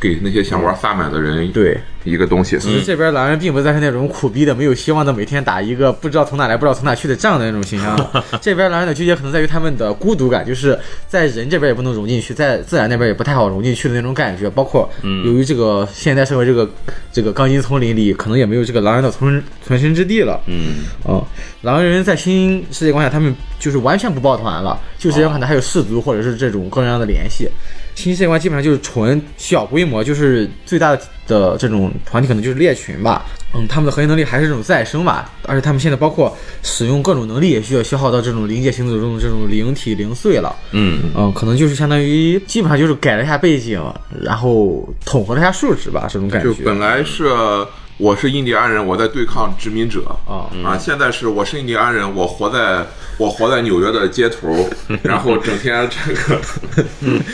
Speaker 2: 给那些想玩萨满的人
Speaker 1: 对。嗯
Speaker 2: 一个东西，
Speaker 1: 其实这边狼人并不再是那种苦逼的、没有希望的，每天打一个不知道从哪来、不知道从哪去的仗的那种形象了。这边狼人的纠结可能在于他们的孤独感，就是在人这边也不能融进去，在自然那边也不太好融进去的那种感觉。包括由于这个现代社会这个这个钢筋丛林里，可能也没有这个狼人的存存身之地了。
Speaker 3: 嗯，
Speaker 1: 啊、狼人在新世界观下，他们就是完全不抱团了，就直接可能还有氏族或者是这种各种各样的联系。新世界观基本上就是纯小规模，就是最大的的这种团体可能就是猎群吧。嗯，他们的核心能力还是这种再生吧，而且他们现在包括使用各种能力也需要消耗到这种临界行走中的这种灵体零碎了。
Speaker 3: 嗯，
Speaker 1: 嗯，可能就是相当于基本上就是改了一下背景，然后统合了一下数值吧，这种感觉。嗯
Speaker 2: 就本来是我是印第安人，我在对抗殖民者
Speaker 1: 啊
Speaker 2: 啊！现在是我是印第安人，我活在我活在纽约的街头，然后整天这 个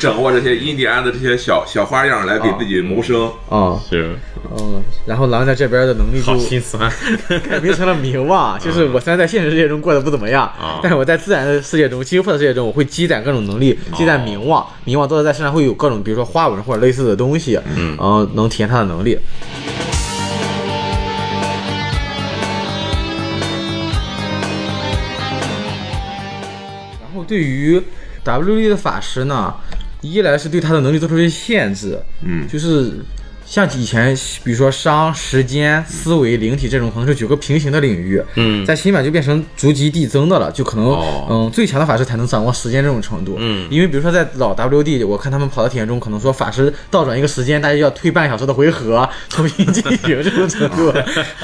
Speaker 2: 掌握这些印第安的这些小小花样来给自己谋生。
Speaker 1: 啊，
Speaker 3: 是
Speaker 1: 嗯，然后狼在这边的能力就
Speaker 3: 好心酸，嗯
Speaker 1: 改变成了名 望，就是我虽然在现实世界中过得不怎么样
Speaker 3: 啊，
Speaker 1: 但是我在自然的世界中、机会的世界中，我会积攒各种能力，
Speaker 3: 哦
Speaker 1: 积攒名望，名望都是在身上会有各种，比如说花纹或者类似的东西，嗯，然后能体现他的能力。然后对于 W E 的法师呢，一来是对他的能力做出一些限制，
Speaker 2: 嗯
Speaker 1: 就是像以前，比如说伤、时间、思维、灵体这种，可能是九个平行的领域。
Speaker 3: 嗯
Speaker 1: 在新版就变成逐级递增的了，就可能、
Speaker 3: 哦
Speaker 1: 嗯最强的法师才能掌握时间这种程度。
Speaker 3: 嗯
Speaker 1: 因为比如说在老 WD，我看他们跑到体验中，可能说法师倒转一个时间，大家要退半小时的回合，重新进行这种程 度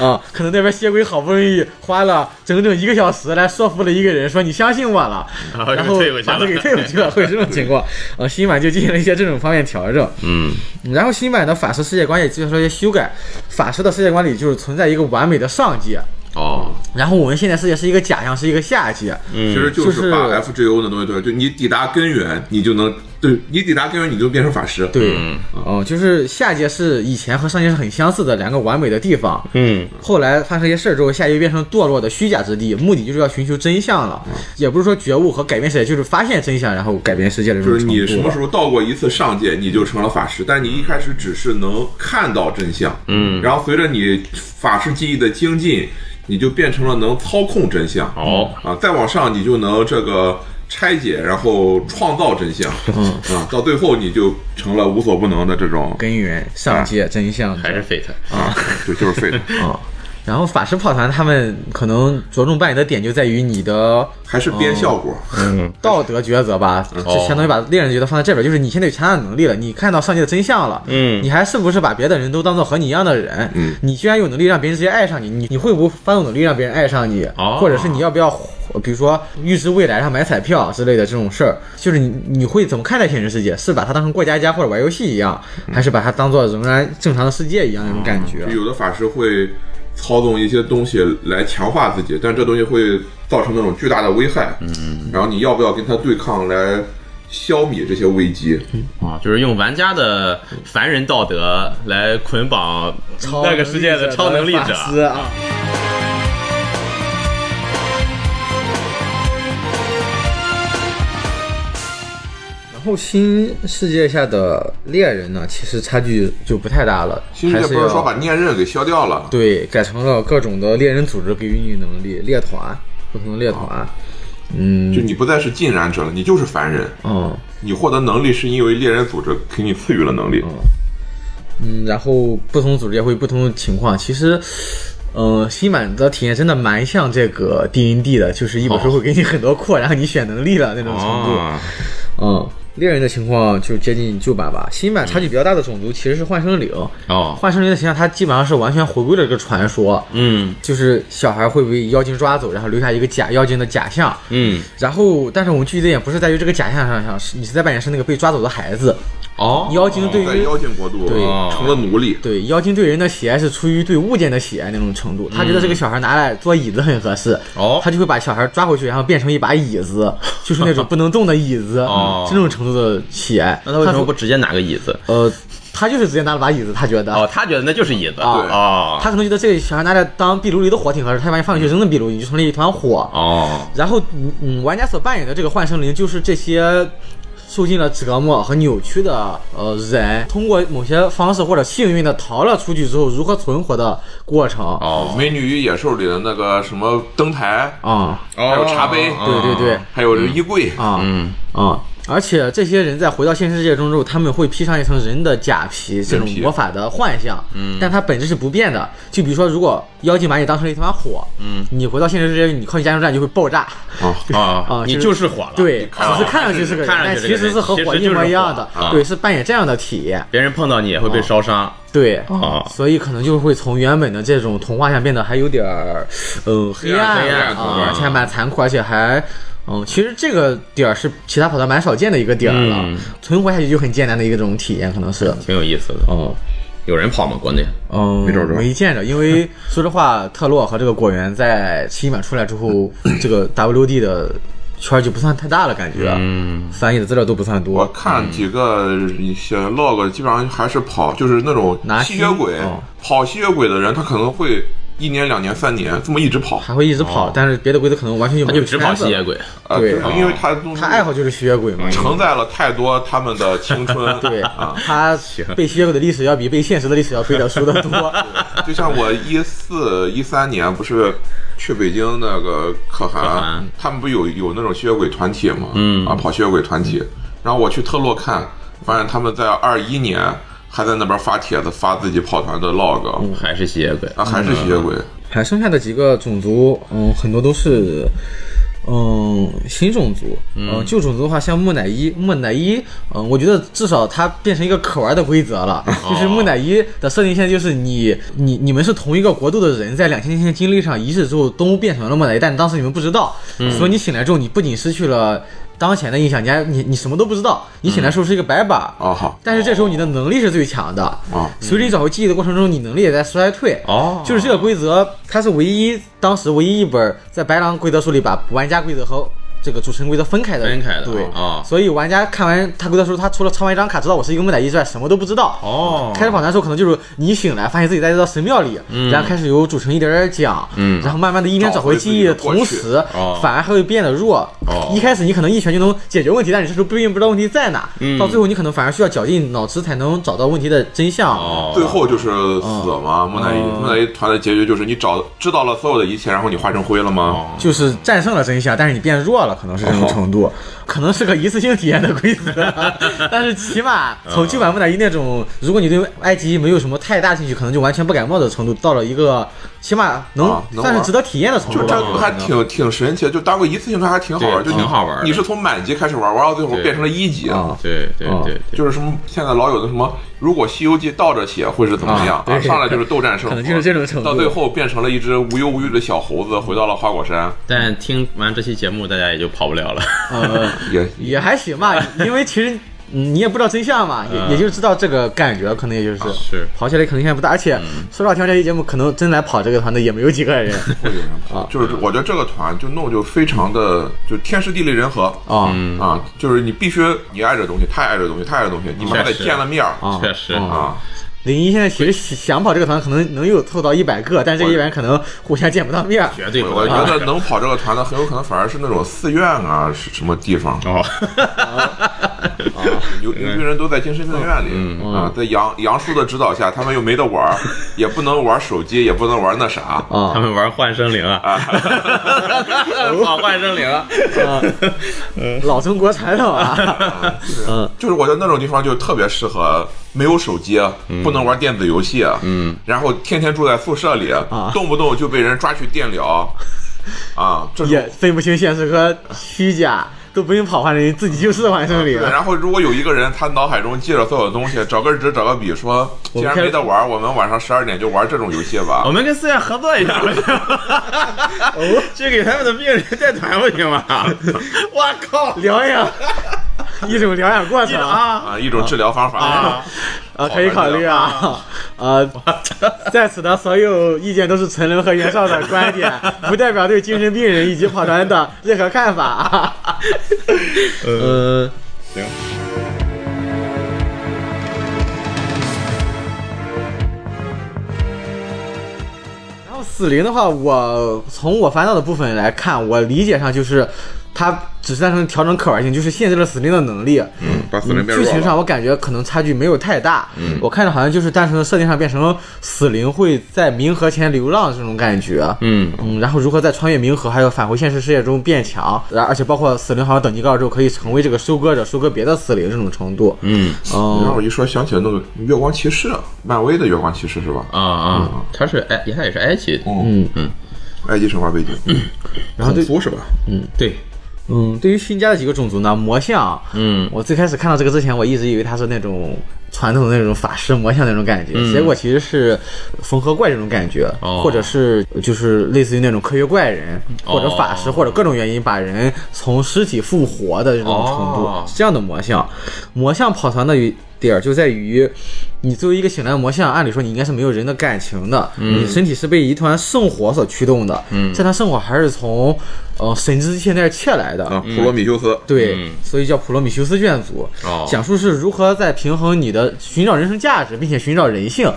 Speaker 1: 啊。可能那边蝎龟好不容易花了整整一个小时来说服了一个人，说你相信我了，
Speaker 3: 然后又
Speaker 1: 然后
Speaker 3: 退回去
Speaker 1: 把他
Speaker 3: 了
Speaker 1: 给退回去了，会有这种情 况。呃，新版就进行了一些这种方面调整。
Speaker 3: 嗯
Speaker 1: 然后新版的法师世界观也进行了一些修改，法师的世界观里就是存在一个完美的上界，
Speaker 3: 哦，
Speaker 1: 然后我们现在世界是一个假象，是一个下界。
Speaker 3: 嗯
Speaker 2: 其实就
Speaker 1: 嗯就是是
Speaker 2: 把 FGO 的东西对，就你抵达根源，你就能对你抵达根源，你就变成法师。
Speaker 1: 对，
Speaker 3: 嗯
Speaker 1: 哦、就是下界是以前和上界是很相似的两个完美的地方。
Speaker 3: 嗯
Speaker 1: 后来发生一些事儿之后，下界变成堕落的虚假之地，目的就是要寻求真相了。
Speaker 2: 嗯
Speaker 1: 也不是说觉悟和改变世界，就是发现真相，然后改变世界的这种
Speaker 2: 就是
Speaker 1: 程
Speaker 2: 你什
Speaker 1: 度
Speaker 2: 么
Speaker 1: 了。
Speaker 2: 时候到过一次上界，你就成了法师。但你一开始只是能看到真相，嗯，然后随着你法师技艺的精进，你就变成了能操控真相。
Speaker 3: 哦，
Speaker 2: 啊，再往上你就能这个拆解，然后创造真相。嗯 啊，到最后你就成了无所不能的这种
Speaker 1: 根源上界真相
Speaker 3: 还是 fate，
Speaker 2: 啊，对，就是 fate，
Speaker 1: 啊。然后法师跑团他们可能着重扮演的点就在于你的
Speaker 2: 还是编效果。
Speaker 1: 道德抉择吧，
Speaker 3: 嗯
Speaker 1: 就相当于把猎人抉择放在这边，就是你现在有强大的能力了，你看到上界的真相了，
Speaker 3: 嗯
Speaker 1: 你还是不是把别的人都当做和你一样的人？
Speaker 2: 嗯
Speaker 1: 你居然有能力让别人直接爱上你，你你会不会发动能力让别人爱上你？
Speaker 3: 哦
Speaker 1: 或者是你要不要，比如说预知未来上买彩票之类的这种事儿，就是你你会怎么看待现实世界？是把它当成过家家或者玩游戏一样，
Speaker 3: 嗯
Speaker 1: 还是把它当做仍然正常的世界一样那种感觉？
Speaker 2: 有的法师会操纵一些东西来强化自己，但这东西会造成那种巨大的危害。嗯，然后你要不要跟他对抗来消弭这些危机？
Speaker 1: 嗯
Speaker 3: 啊，就是用玩家的凡人道德来捆绑
Speaker 1: 超
Speaker 3: 那个世界的超能力
Speaker 1: 法
Speaker 3: 者
Speaker 1: 师。啊！然后新世界下的猎人呢，其实差距就不太大了，
Speaker 2: 其实
Speaker 1: 还
Speaker 2: 这
Speaker 1: 是
Speaker 2: 不是说
Speaker 1: 要
Speaker 2: 把念刃给消掉了，
Speaker 1: 对改成了各种的猎人组织给予你能力，猎团不同的猎团，嗯
Speaker 2: 啊就你不再是尽染者了，你就是凡人。
Speaker 1: 嗯
Speaker 2: 你获得能力是因为猎人组织给你赐予了能力。
Speaker 1: 嗯，然后不同组织也会有不同的情况，其实。嗯，新版的体验真的蛮像这个 D N D 的，就是一本书会给你很多扩，然后你选能力了那种程度。嗯，
Speaker 3: 哦，
Speaker 1: 猎人的情况就接近旧版吧。新
Speaker 3: 嗯
Speaker 1: 版差距比较大的种族其实是幻生灵。
Speaker 3: 哦，
Speaker 1: 幻生灵的形象，它基本上是完全回归了这个传说，
Speaker 3: 嗯
Speaker 1: 就是小孩会被妖精抓走，然后留下一个假妖精的假象。
Speaker 3: 嗯，
Speaker 1: 然后，但是我们聚焦点不是在于这个假象上，上是你是在扮演是那个被抓走的孩子。
Speaker 3: 哦，
Speaker 1: 妖精对
Speaker 2: 在
Speaker 1: 于
Speaker 2: 妖精国度
Speaker 1: 对
Speaker 2: 成了奴隶，
Speaker 1: 对妖精对人的喜爱是出于对物件的喜爱那种程度，他觉得这个小孩拿来做椅子很合适，
Speaker 3: 嗯哦
Speaker 1: 他就会把小孩抓回去，然后变成一把椅 子，就是那种不能动的椅子，
Speaker 3: 哦
Speaker 1: 这种程度的喜爱。
Speaker 3: 那他为什么不直接拿个椅子？
Speaker 1: 呃，他就是直接拿了把椅子，他觉得。
Speaker 3: 哦，他觉得那就是椅子
Speaker 1: 啊
Speaker 2: 对
Speaker 3: 哦
Speaker 1: 他可能觉得这个小孩拿来当壁炉里的火挺合适，他把你放进去扔进壁炉，你就成了一团火。
Speaker 3: 哦，
Speaker 1: 然后，嗯嗯，玩家所扮演的这个幻生灵，就是这些受尽了折磨和扭曲的呃人，通过某些方式或者幸运的逃了出去之后，如何存活的过程。啊、
Speaker 2: 哦，《美女与野兽》里的那个什么灯台，
Speaker 1: 哦啊
Speaker 2: 还
Speaker 3: 还
Speaker 2: 有茶杯
Speaker 1: 对对对，
Speaker 2: 还有这衣柜，
Speaker 1: 啊，
Speaker 3: 嗯
Speaker 1: 啊、而且这些人在回到现实世界中之后，他们会披上一层人的假皮，这种
Speaker 2: 人皮
Speaker 1: 魔法的幻象，嗯，但它本质是不变的。就比如说，如果妖精把你当成了一团火，嗯，你回到现实世界，你靠近加油站就会爆炸，
Speaker 2: 啊，
Speaker 3: 啊
Speaker 1: 啊，
Speaker 3: 你
Speaker 1: 就
Speaker 3: 就是火了，
Speaker 1: 对，
Speaker 3: 看上
Speaker 1: 只是看上去是个人，
Speaker 3: 看上
Speaker 1: 但
Speaker 3: 去
Speaker 1: 其实是和火一啊模一样的，
Speaker 3: 对
Speaker 1: 对，，是扮演这样的体验，
Speaker 3: 别人碰到你也会被烧伤，
Speaker 1: 对。
Speaker 3: 啊，
Speaker 1: 所以可能就会从原本的这种童话下变得还有点儿，呃，黑暗
Speaker 2: 黑暗恐怖
Speaker 1: 啊，而且还蛮残酷，而且还，嗯，其实这个点儿是其他跑团蛮少见的一个点儿了，
Speaker 3: 嗯
Speaker 1: 存活下去就很艰难的一个这种体验，可能是，
Speaker 3: 挺有意思的，
Speaker 1: 哦、
Speaker 3: 有人跑吗？国内？
Speaker 1: 嗯，
Speaker 2: 没找着
Speaker 1: 没见着，因为说实话，特洛和这个果园在新版出来之 后，这个 WD 的圈儿就不算太大了，感觉，啊
Speaker 3: 嗯，
Speaker 1: 翻译的资料都不算
Speaker 2: 我
Speaker 1: 多。
Speaker 2: 看几个一些 log，基本上还是跑，就是那种
Speaker 1: 拿
Speaker 2: 吸血鬼
Speaker 1: 吸哦
Speaker 2: 跑吸血鬼的人，他可能会一年、两年、三年这么一直跑。
Speaker 1: 还会一直跑，但是别的规则可能完全就
Speaker 3: 哦他
Speaker 1: 没
Speaker 3: 就
Speaker 1: 有
Speaker 3: 只跑
Speaker 1: 圈子
Speaker 3: 吸血鬼，嗯
Speaker 2: 呃，
Speaker 1: 对哦
Speaker 2: 就是因为他东西
Speaker 1: 他爱好就是吸血鬼嘛。
Speaker 2: 承载了太多他们的青春。
Speaker 1: 对，
Speaker 2: 啊，
Speaker 1: 他背吸血鬼的历史要比背现实的历史要背的书 的多。
Speaker 2: 就像我一四一三年不是去北京那个可汗
Speaker 3: 汗，
Speaker 2: 他们不有有那种吸血鬼团体嘛，
Speaker 3: 嗯
Speaker 2: 啊，跑吸血鬼团体。然后我去特洛看，发现他们在二一年还在那边发帖子发自己跑团的 log，
Speaker 1: 嗯
Speaker 3: 还是吸血鬼？
Speaker 2: 啊，还是吸血鬼。
Speaker 1: 还剩下的几个种族，嗯，很多都是，嗯，新种族。嗯，旧种族的话，像木乃伊，木乃伊，嗯，我觉得至少它变成一个可玩的规则了。就是木乃伊的设定线，就是你你你们是同一个国度的人，在两千年前经历上一致之后，都变成了木乃伊，但当时你们不知道，所以你醒来之后，你不仅失去了当前的印象，你还你你什么都不知道，你醒来时候是一个白板。
Speaker 2: 啊好，
Speaker 1: 但是这时候你的能力是最强的，
Speaker 2: 啊，
Speaker 1: 随着你找回记忆的过程中，你能力也在衰退。
Speaker 3: 哦
Speaker 1: 就是这个规则，它是唯一当时唯一一本在白狼规则书里把玩家规则和这个主持人规则分开的。
Speaker 3: 分开的
Speaker 1: 对
Speaker 3: 哦
Speaker 1: 所以玩家看完他规则书，他除了抄完一张卡知道我是一个木乃伊之外，什么都不知道。
Speaker 3: 哦
Speaker 1: 开始跑团的时候，可能就是你醒来发现自己在一座神庙里，然后开始由主持人一点点讲，
Speaker 3: 嗯
Speaker 1: 然后慢慢的一边找回记忆的同时，
Speaker 3: 哦
Speaker 1: 反而还会变得弱。
Speaker 3: 哦
Speaker 1: 一开始你可能一拳就能解决问题，但你这时候并不知道问题在哪，
Speaker 3: 嗯
Speaker 1: 到最后你可能反而需要绞尽脑汁才能找到问题的真相。
Speaker 3: 哦，
Speaker 2: 最后就是死
Speaker 1: 哦
Speaker 2: 嘛，木乃伊
Speaker 1: 嗯
Speaker 2: 木乃伊团的结局就是你找知道了所有的一切，然后你化成灰了吗？
Speaker 1: 就是战胜了真相，但是你变弱了，可能是这种程度，可能是个一次性体验的规则，哦 但是起码从旧版木乃伊那种，如果你对埃及没有什么太大兴趣，可能就完全不感冒的程度，到了一个起码能、
Speaker 2: 啊能玩
Speaker 1: 算是值得体验的程
Speaker 2: 就
Speaker 1: 度
Speaker 2: 这
Speaker 1: 吧。
Speaker 2: 个还挺挺神奇的，就当个一次性团还挺好
Speaker 1: 哦
Speaker 2: 玩，
Speaker 3: 对
Speaker 2: 就
Speaker 3: 挺好玩的
Speaker 2: 你是从满级开始玩，玩到最后
Speaker 3: 对
Speaker 2: 变成了一级
Speaker 1: 啊
Speaker 3: 对对对对，
Speaker 2: 就是什么现在老有的什么，如果《西游记》倒着写会是怎么样
Speaker 1: 啊对
Speaker 2: 上来就是斗战胜佛，
Speaker 1: 可能就是这种程度
Speaker 2: 到最后变成了一只无忧无虑的小猴子，回到了花果山，
Speaker 3: 但听完这期节目，大家也就跑不了了。
Speaker 1: 呃，
Speaker 2: 也
Speaker 1: 也还行吧，因为其实。嗯你也不知道真相嘛，也、
Speaker 3: 嗯
Speaker 1: 也就知道这个感觉，可能也啊就是、嗯
Speaker 3: 是
Speaker 1: 跑起来可能性还不大，而且、说实话，听完这期节目，可能真来跑这个团的也没有几个人
Speaker 2: 会有人
Speaker 1: 啊
Speaker 2: 跑。就是我觉得这个团就弄就非常的就天时地利人和
Speaker 1: 啊、
Speaker 2: 啊，就是你必须你爱这东西，他也爱这东西，他也爱这东西，你们还得
Speaker 3: 确实
Speaker 2: 见了面儿
Speaker 1: 啊
Speaker 3: 确实
Speaker 1: 啊
Speaker 2: 啊。
Speaker 1: 零一现在其实想跑这个团，可能能有凑到一百个，但是这一百人可能互相见不到面儿。
Speaker 3: 绝对不
Speaker 2: 我
Speaker 3: 能
Speaker 2: 觉得能跑这个团的，很有可能反而是那种寺院啊，是什么地方？啊
Speaker 3: 哦，
Speaker 2: 牛牛逼人都在精神病院里、
Speaker 3: 嗯
Speaker 1: 嗯
Speaker 2: 啊，在杨杨叔的指导下，他们又没得玩儿，也不能玩手机，也不能玩那啥。
Speaker 1: 啊
Speaker 3: 他们玩幻生灵 啊，跑幻生灵啊，
Speaker 1: 啊，老中国传统啊，
Speaker 2: 就是我觉得那种地方就特别适合没有手机，啊不能玩电子游戏，嗯，啊然后天天住在宿舍里，动不动就被人抓去电疗，啊，这
Speaker 1: 嗯
Speaker 2: 种
Speaker 1: 也分不清现实和虚假，都不用跑换人，自己就是换生灵
Speaker 2: 对，。然后如果有一个人他脑海中记着所有东西，找根纸找个笔说，既然没得玩儿，我们晚上十二点就玩这种游戏吧
Speaker 3: 我。们跟寺院合作一下，去给他们的病人带团不行吗？我靠！
Speaker 1: 疗养，一种疗养过程
Speaker 3: 啊，
Speaker 2: 啊，一种治疗方法
Speaker 3: 啊
Speaker 1: 啊，可以考虑啊。呃，在此的所有意见都是陈伦和袁绍的观点，不代表对精神病人以及跑团的任何看法啊。呃，
Speaker 3: 行。
Speaker 1: 然后死灵的话，我从我翻到的部分来看，我理解上就是。它只是单纯调整可玩性，就是限制了死灵的能力。嗯，
Speaker 2: 把死灵变
Speaker 1: 剧
Speaker 2: 弱
Speaker 1: 情
Speaker 2: 了。
Speaker 1: 上我感觉可能差距没有太大。嗯，我看着好像就是单纯的设定上变成死灵会在冥河前流浪这种感觉。
Speaker 3: 嗯，
Speaker 1: 嗯，然后如何在穿越冥河，还有返回现实世界中变强，然而且包括死灵好像等级高了之后可以成为这个收割者，收割别的死灵这种程度。
Speaker 3: 嗯
Speaker 1: 嗯，
Speaker 2: 让我一说想起了那个月光骑士，漫威的月光骑士是吧？
Speaker 3: 啊啊，他是埃，他也是埃及，
Speaker 2: 嗯
Speaker 3: 嗯，
Speaker 2: 埃及神话背景，
Speaker 1: 嗯然后对
Speaker 2: 族是吧？
Speaker 3: 对，
Speaker 1: 嗯，对于新加的几个种族呢，魔像，
Speaker 3: 嗯
Speaker 1: 我最开始看到这个之前，我一直以为它是那种传统的那种法师魔像那种感觉，结果其实是缝合怪这种感觉，
Speaker 3: 嗯哦
Speaker 1: 或者是就是类似于那种科学怪人、或
Speaker 3: 哦
Speaker 1: 者法师或者各种原因把人从尸体复活的这种程度，
Speaker 3: 哦
Speaker 1: 是这样的魔像。魔像跑团的点儿就在于，你作为一个醒来的魔像，按理说你应该是没有人的感情的，
Speaker 3: 嗯
Speaker 1: 你身体是被一团圣火所驱动的，嗯、这团圣火还是从呃神之界那儿窃来的，
Speaker 3: 哦
Speaker 2: 啊，普罗米修斯，
Speaker 1: 对，
Speaker 3: 嗯
Speaker 1: 所以叫普罗米修斯卷组，
Speaker 3: 哦
Speaker 1: 讲述是如何在平衡你的寻找人生价值，并且寻找人性，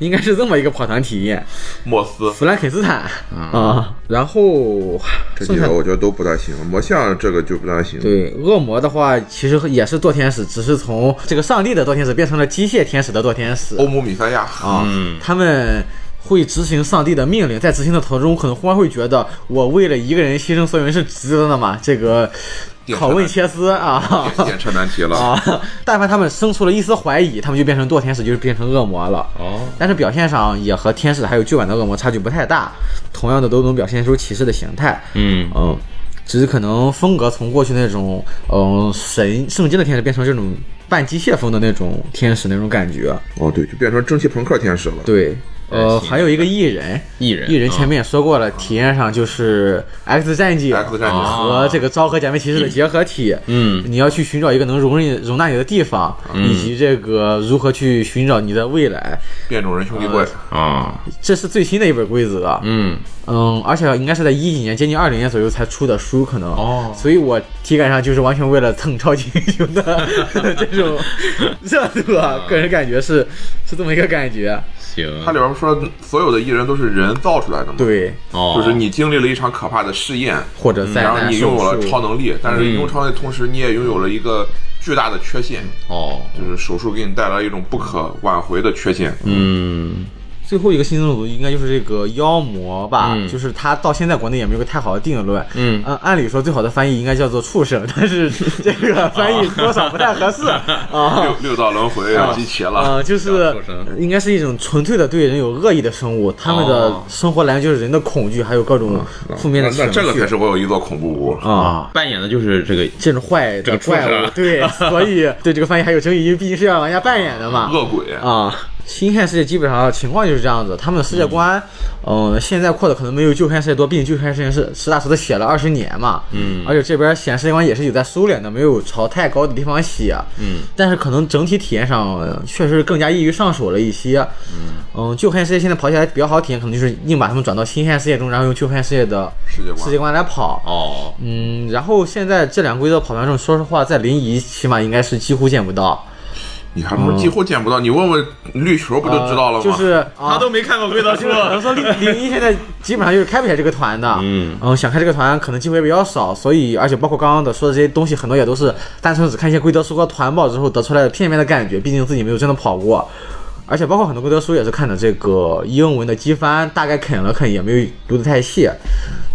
Speaker 1: 应该是这么一个跑团体验。
Speaker 2: 莫斯，
Speaker 1: 弗兰肯斯坦啊、然后
Speaker 2: 这几个我觉得都不太行，魔像这个就不太行。
Speaker 1: 对恶魔的话，其实也是堕天使，只是从这个上帝的堕天使变成了机械天使的堕天使
Speaker 2: 欧姆米塞亚，
Speaker 1: 啊、他们。会执行上帝的命令，在执行的途中，可能忽然会觉得，我为了一个人牺牲所有人是值得的吗？这个
Speaker 2: 电车
Speaker 1: 拷问
Speaker 2: 男
Speaker 1: 切斯啊，
Speaker 2: 电车难题了。
Speaker 1: 啊， 但凡他们生出了一丝怀疑，他们就变成堕天使，就是变成恶魔了。
Speaker 3: 哦，
Speaker 1: 但是表现上也和天使还有旧版的恶魔差距不太大，同样的都能表现出骑士的形态。
Speaker 3: 嗯，
Speaker 1: 嗯，只是可能风格从过去那种嗯、呃神圣经的天使变成这种半机械风的那种天使那种感觉。
Speaker 2: 哦，对，就变成蒸汽朋克天使了。
Speaker 1: 对，呃，
Speaker 3: 呃行
Speaker 1: 还有一个艺人，
Speaker 3: 艺人
Speaker 1: 艺人前
Speaker 3: 啊
Speaker 1: 面也说过了，体验上就是《X 战警》
Speaker 2: X 战警
Speaker 3: 啊
Speaker 1: 和这个昭和假面骑士的结合体。
Speaker 3: 嗯
Speaker 1: 你要去寻找一个能容忍容纳你的地方，以及这个如何去寻找你的未来，
Speaker 2: 变种人兄弟会，
Speaker 3: 啊，
Speaker 1: 这是最新的一本规则。
Speaker 3: 嗯，
Speaker 1: 嗯，而且应该是在一几年，接近二零年左右才出的书，可能。
Speaker 3: 哦
Speaker 1: 所以我体感上就是完全为了蹭超级英 雄的这种热度啊，个人感觉是是这么一个感觉。
Speaker 3: 行，
Speaker 2: 它里边说所有的艺人都是人造出来的嘛，，
Speaker 1: 对，
Speaker 3: 哦，
Speaker 2: 就是你经历了一场可怕的试验，
Speaker 1: 或者灾
Speaker 2: 嗯然后
Speaker 1: 难
Speaker 2: 你
Speaker 1: 手
Speaker 2: 拥有了
Speaker 1: 术
Speaker 2: 超能力，但是拥有超能力的同时，你也拥有了一个巨大的缺陷，
Speaker 3: 哦，
Speaker 2: 就是手术给你带来一种不可挽回的缺陷。
Speaker 3: 嗯，
Speaker 1: 最后一个新增组应该就是这个妖魔吧，
Speaker 3: 嗯
Speaker 1: 就是它到现在国内也没有个太好的定论。
Speaker 3: 嗯
Speaker 1: 按按理说最好的翻译应该叫做畜生， 但是这个翻译多少不太合适啊。
Speaker 2: 六六道轮回集齐了，
Speaker 1: 啊，就是
Speaker 3: 畜生
Speaker 1: 呃应该是一种纯粹的对人有恶意的生物，他们的
Speaker 3: 哦嗯
Speaker 1: 生活来源就是人的恐惧，还有各种负面的
Speaker 2: 那
Speaker 1: 情
Speaker 2: 那
Speaker 1: 绪
Speaker 2: 这个才是我有一座恐怖屋。
Speaker 1: 啊。
Speaker 3: 扮演的就是这个
Speaker 1: 这种坏
Speaker 3: 这
Speaker 1: 的
Speaker 3: 个畜生
Speaker 1: 怪物，对，所以对这个翻译还有争议，因为毕竟是要玩家扮演的嘛。
Speaker 3: 嗯
Speaker 2: 恶鬼，
Speaker 1: 啊，新汉世界基本上情况就是这样子，他们的世界观，嗯、现在扩的可能没有旧汉世界多，毕竟旧汉世界是实打实的写了二十年嘛，嗯，而且这边显世界观也是有在收敛的，没有朝太高的地方写，嗯，但是可能整体体验上呃确实更加易于上手了一些，嗯，旧汉世界现在跑起来比较好体验，可能就是硬把他们转到新汉世界中，然后用旧汉世界的
Speaker 2: 世界观
Speaker 1: 世界观来跑，
Speaker 3: 哦，
Speaker 1: 嗯，然后现在这两个规则跑团中，说实话，在临沂起码应该是几乎见不到，
Speaker 2: 你还不是几乎见不到？你问问绿球不就知道了吗？
Speaker 1: 就是、嗯啊、
Speaker 3: 他都没看过规则书，
Speaker 1: 可能说 零零一现在基本上就是开不起来这个团的，
Speaker 3: 嗯
Speaker 1: 想开这个团可能机会比较少，所以而且包括刚刚的说的这些东西，很多也都是单纯只看一些规则书和团报之后得出来的片面的感觉，毕竟自己没有真的跑过，而且包括很多规则书也是看的这个英文的机翻，大概啃了啃，也没有读的太细，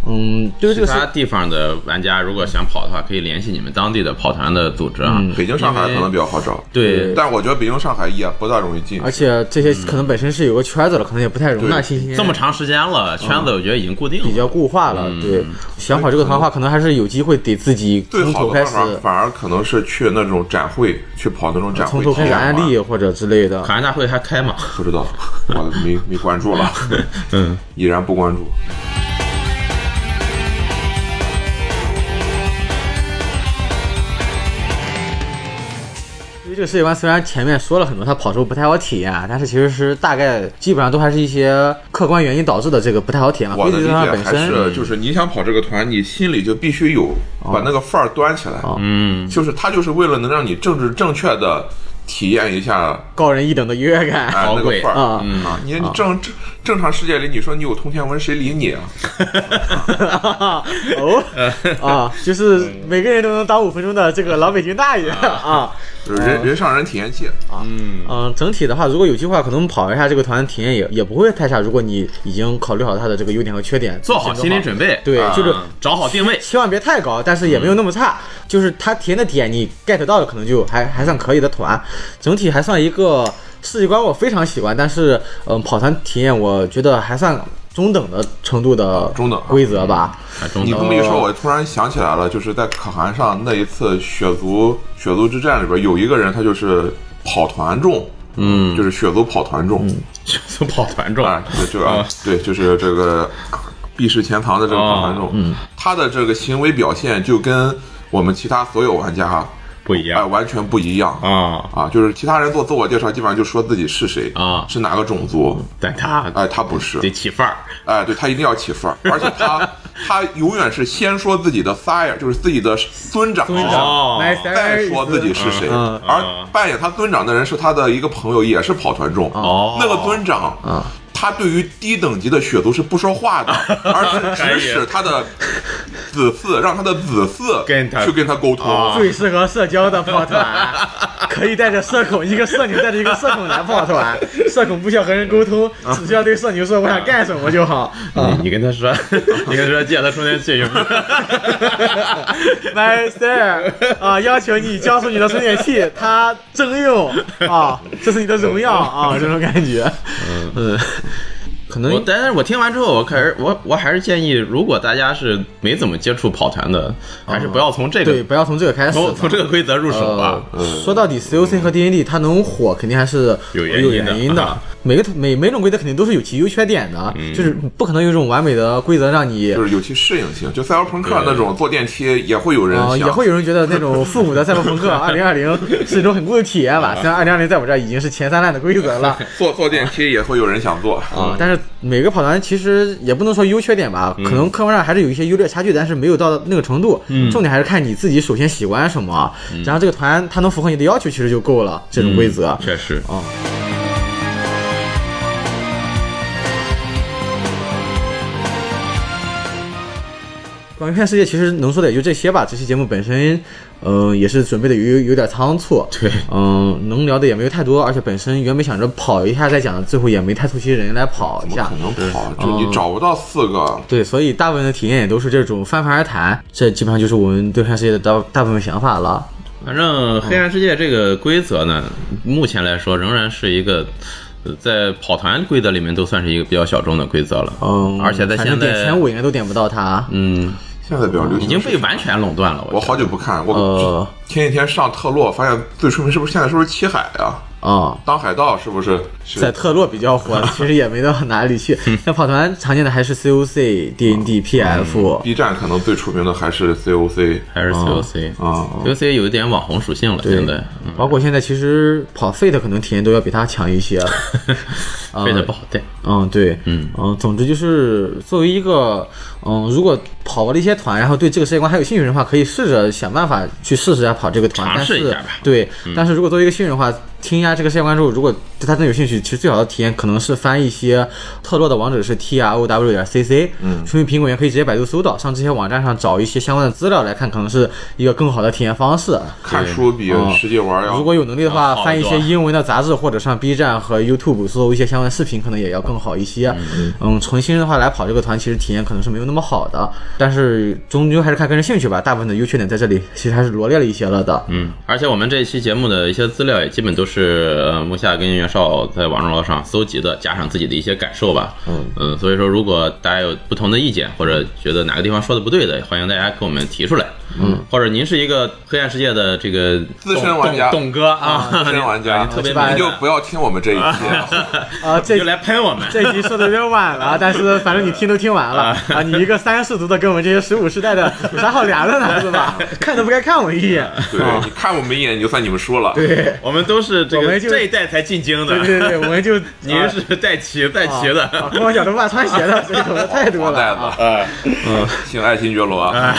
Speaker 1: 嗯，对于这
Speaker 3: 其
Speaker 1: 个事
Speaker 3: 他地方的玩家如果想跑的话，可以联系你们当地的跑团的组织啊。
Speaker 1: 嗯
Speaker 2: 北京、上海可能比较好找，
Speaker 3: 对，
Speaker 2: 但我觉得北京、上海也不大容易进
Speaker 1: 而。且这些可能本身是有个圈子了，可能也不太容纳
Speaker 2: 对
Speaker 1: 新鲜。
Speaker 3: 这么长时间了，圈子我觉得已经固定
Speaker 1: 嗯比
Speaker 3: 了。
Speaker 1: 较固化了，对。想跑这个团的话，可能还是有机会得自己
Speaker 2: 嗯最
Speaker 1: 从
Speaker 2: 好
Speaker 1: 头
Speaker 2: 的
Speaker 1: 开
Speaker 2: 办
Speaker 1: 始，
Speaker 2: 法反而可能是去那种展会，去跑那种展
Speaker 1: 从
Speaker 2: 会
Speaker 1: 头
Speaker 2: 体
Speaker 1: 开始
Speaker 2: 验
Speaker 1: 安
Speaker 2: 嘛
Speaker 1: 利或者之类的
Speaker 3: 考。研大会还开吗？
Speaker 2: 不知道，我没没关注了，
Speaker 3: 嗯，
Speaker 2: 依然不关注。
Speaker 1: 因为这个世界观虽然前面说了很多，它跑出不太好体验啊，但是其实是大概基本上都还是一些客观原因导致的这个不太好体验嘛。
Speaker 2: 我
Speaker 1: 规
Speaker 2: 的
Speaker 1: 则
Speaker 2: 理
Speaker 1: 上
Speaker 2: 解
Speaker 1: 本
Speaker 2: 还
Speaker 1: 身
Speaker 2: 是就是你想跑这个团，你心里就必须有
Speaker 1: 啊
Speaker 2: 把那个范儿端起来，
Speaker 3: 嗯，
Speaker 2: 就是他就是为了能让你政治正确的体验一下
Speaker 1: 高人一等的优越感
Speaker 2: 哎
Speaker 3: 好
Speaker 2: 那个
Speaker 3: 贵
Speaker 2: 范儿
Speaker 1: 啊
Speaker 2: 啊！你你正正正常世界里，你说你有通天文，谁理你啊？
Speaker 1: 哦啊，就是每个人都能当五分钟的这个老北京大爷啊。
Speaker 2: 就是人人上人体验器，
Speaker 1: 嗯，整体的话，如果有计划，可能跑一下这个团体验也也不会太差。如果你已经考虑好它的这个优点和缺点，
Speaker 3: 做好心理准备，
Speaker 1: 对
Speaker 3: 啊
Speaker 1: 就是
Speaker 3: 找好定位。
Speaker 1: 千万别太高，但是也
Speaker 2: 嗯
Speaker 1: 没有那么差，就是它体验的点你 get 到的，可能就还还算可以的团，整体还算一个世界观我非常喜欢，但是嗯，跑团体验我觉得还算中等的程度的
Speaker 2: 中等
Speaker 1: 规则吧，
Speaker 3: 啊中
Speaker 2: 你这
Speaker 3: 等
Speaker 2: 么一说，我突然想起来了，就是在可汗上那一次血族血族之战里边，有一个人他就是跑团众，嗯，就是血族跑团众，
Speaker 3: 从跑团中
Speaker 2: 啊，对，就是、啊、对，就是这个避世潜藏的这个跑团众，嗯，他的这个行为表现就跟我们其他所有玩家
Speaker 3: 不一
Speaker 2: 哎
Speaker 3: 样
Speaker 2: 完全不一样
Speaker 3: 啊
Speaker 2: 啊，就是其他人做自我介绍，基本上就说自己是谁
Speaker 3: 啊嗯
Speaker 2: 是哪个种族，
Speaker 3: 但他
Speaker 1: 啊
Speaker 2: 哎，他不是
Speaker 3: 得，起范儿，
Speaker 2: 哎，对他一定要起范儿，而且他他永远是先说自己的 sire，就是自己的孙长
Speaker 1: 尊
Speaker 2: 是
Speaker 1: 长
Speaker 2: 谁
Speaker 3: 哦
Speaker 1: ，nice，
Speaker 2: 再说自己是谁，
Speaker 1: 嗯
Speaker 2: 而扮演他尊长的人是他的一个朋友，也是跑团众。
Speaker 3: 哦
Speaker 2: 那个尊长，他对于低等级的血族是不说话的，而是指使他的子嗣，让他的子嗣
Speaker 3: 跟他
Speaker 2: 去跟他沟通。
Speaker 1: 最适合社交的跑 团，可以带着社恐，一个社牛带着一个社恐男跑团。社恐不需要和人沟 通，只需要对社牛说我想干什么就好。啊嗯
Speaker 3: 你你跟 他说，你跟他说借他充电器用，
Speaker 1: ，My Sir 啊，要求你交出你的充电 器，他征用啊，这是你的荣耀啊，这种感觉。嗯，可
Speaker 3: 我
Speaker 1: 能
Speaker 3: 但是我听完之后，我开始我我还是建议，如果大家是没怎么接触跑团的，还是不要从这
Speaker 1: 啊对，
Speaker 3: 个
Speaker 1: 不要从这个开始吧
Speaker 3: 从。从这个规则入手吧。嗯
Speaker 1: 呃，说到底，COC 和 DND 它能火，肯定还是
Speaker 3: 有原
Speaker 1: 原
Speaker 3: 因的
Speaker 1: 的
Speaker 3: 啊。
Speaker 1: 每个每每种规则肯定都是有其优缺点的，
Speaker 3: 嗯
Speaker 1: 就是不可能有一种完美的规则让你
Speaker 2: 就是有其适应性，就赛博朋克那种坐电梯也会有人
Speaker 1: 啊、
Speaker 2: 想，
Speaker 1: 也会有人觉得那种复古的赛博朋 克二零二零是一种很酷的体验吧。虽然二零二零在我这儿已经是前三烂的规则了
Speaker 2: 坐坐电梯也会有人想坐
Speaker 1: 啊、但是每个跑团其实也不能说优缺点吧，
Speaker 2: 嗯
Speaker 1: 可能客观上还是有一些优劣差距，但是没有到那个程度。
Speaker 2: 嗯
Speaker 1: 重点还是看你自己首先喜欢什么，然后这个团它能符合你的要求，其实就够了。这种规
Speaker 2: 嗯
Speaker 1: 则，
Speaker 3: 呃确实，
Speaker 1: 广告片世界其实能说的也就这些吧。这期节目本身，嗯、也是准备的有有点仓促，
Speaker 3: 对
Speaker 1: 嗯、能聊的也没有太多，而且本身原本想着跑一下再讲，最后也没太凑齐人来跑一
Speaker 2: 怎么
Speaker 1: 下
Speaker 2: 可。能
Speaker 1: 哦
Speaker 2: 跑？就你找不到四个。
Speaker 1: 对，所以大部分的体验也都是这种翻盘而谈，这基本上就是我们对看世界的大大部分想法了。
Speaker 3: 反正黑暗世界这个规则呢，目前来说仍然是一个。呃在跑团规则里面都算是一个比较小众的规则了，
Speaker 1: 嗯，
Speaker 3: 而且在
Speaker 1: 反
Speaker 3: 现
Speaker 1: 正点
Speaker 3: 在
Speaker 1: 前，五应该都点不到啊它。
Speaker 3: 嗯，
Speaker 2: 现在比较流行
Speaker 3: 已经被完全垄断了。
Speaker 2: 我
Speaker 3: 我觉得
Speaker 2: 好久不看，
Speaker 1: 哦呃
Speaker 2: 我前几天上特洛，发现最出名是不是现在是不是七海啊？
Speaker 3: 嗯
Speaker 1: 啊、
Speaker 2: 当海盗是不是？是
Speaker 1: 在特洛比较 火，其实也没到哪里去。
Speaker 3: 嗯
Speaker 1: 那跑团常见的还是 COC、DND、PF，
Speaker 3: 嗯
Speaker 2: B 站可能最出名的还是 COC
Speaker 3: 还是 COC，COC、
Speaker 2: 啊，
Speaker 3: COC 有一点网红属性了，现在嗯
Speaker 1: 包括现在其实跑 Fate 可能体验都要比它强一 些。
Speaker 3: 背的不好带。
Speaker 1: 嗯，对，嗯总之就是作为一个嗯，如果跑过了一些团，然后对这个世界观还有兴趣的话，可以试着想办法去试试下跑这个团，
Speaker 3: 尝试一下吧嗯
Speaker 1: 但是对，但是如果作为一个新人的话，听一下这个世界观之后，如果对它真的有兴趣，其实最好的体验可能是翻一些特洛的网址是 t r o w 点 c c，嗯，出于苹果也可以直接百度搜到，上这些网站上找一些相关的资料来看，可能是一个更好的体验方式。
Speaker 2: 看书比
Speaker 1: 哦
Speaker 2: 实际玩要
Speaker 1: 如果有能力的话
Speaker 3: 好，
Speaker 1: 翻一
Speaker 3: 多
Speaker 1: 些英文的杂志，或者上 B 站和 YouTube 搜一些相关视频，可能也要更好一些。嗯，纯新人的话来跑这个团，其实体验可能是没有那么好的，但是终究还是看个人兴趣吧。大部分的优缺点在这里其实还是罗列了一些 了的。
Speaker 3: 嗯，而且我们这一期节目的一些资料也基本都是呃木下跟袁绍在网络上搜集的，加上自己的一些感受吧。嗯所以说如果大家有不同的意见，或者觉得哪个地方说的不对的，欢迎大家给我们提出来。嗯，或者您是一个黑暗世界的这个
Speaker 2: 资深玩家
Speaker 3: 董董哥啊，
Speaker 2: 资深玩家，
Speaker 3: 你特别
Speaker 1: 白
Speaker 2: 你
Speaker 3: 敏
Speaker 2: 就
Speaker 3: 感
Speaker 2: 不要听我们这一期，
Speaker 1: 啊，
Speaker 3: 你
Speaker 1: 这
Speaker 3: 就来喷我们。
Speaker 1: 这集说的有点晚了， 但是反正你听都听完 了啊，你一个三世族的跟我们这些十五世代 的有啥好聊的呢？是 吧？看都不该看我一 眼。
Speaker 2: 对，你看我们一眼你就算你们输了。
Speaker 1: 对
Speaker 3: 我们都是这
Speaker 1: 我
Speaker 3: 个
Speaker 1: 们就
Speaker 3: 这一代才进京的，
Speaker 1: 对对对，我们就
Speaker 3: 您是带旗带旗的。
Speaker 1: 啊啊跟我讲都不怕穿鞋 的，这种的太多
Speaker 2: 王
Speaker 1: 了
Speaker 2: 袋
Speaker 1: 啊。
Speaker 2: 子，
Speaker 3: 哎
Speaker 2: 嗯， 请爱新觉罗啊，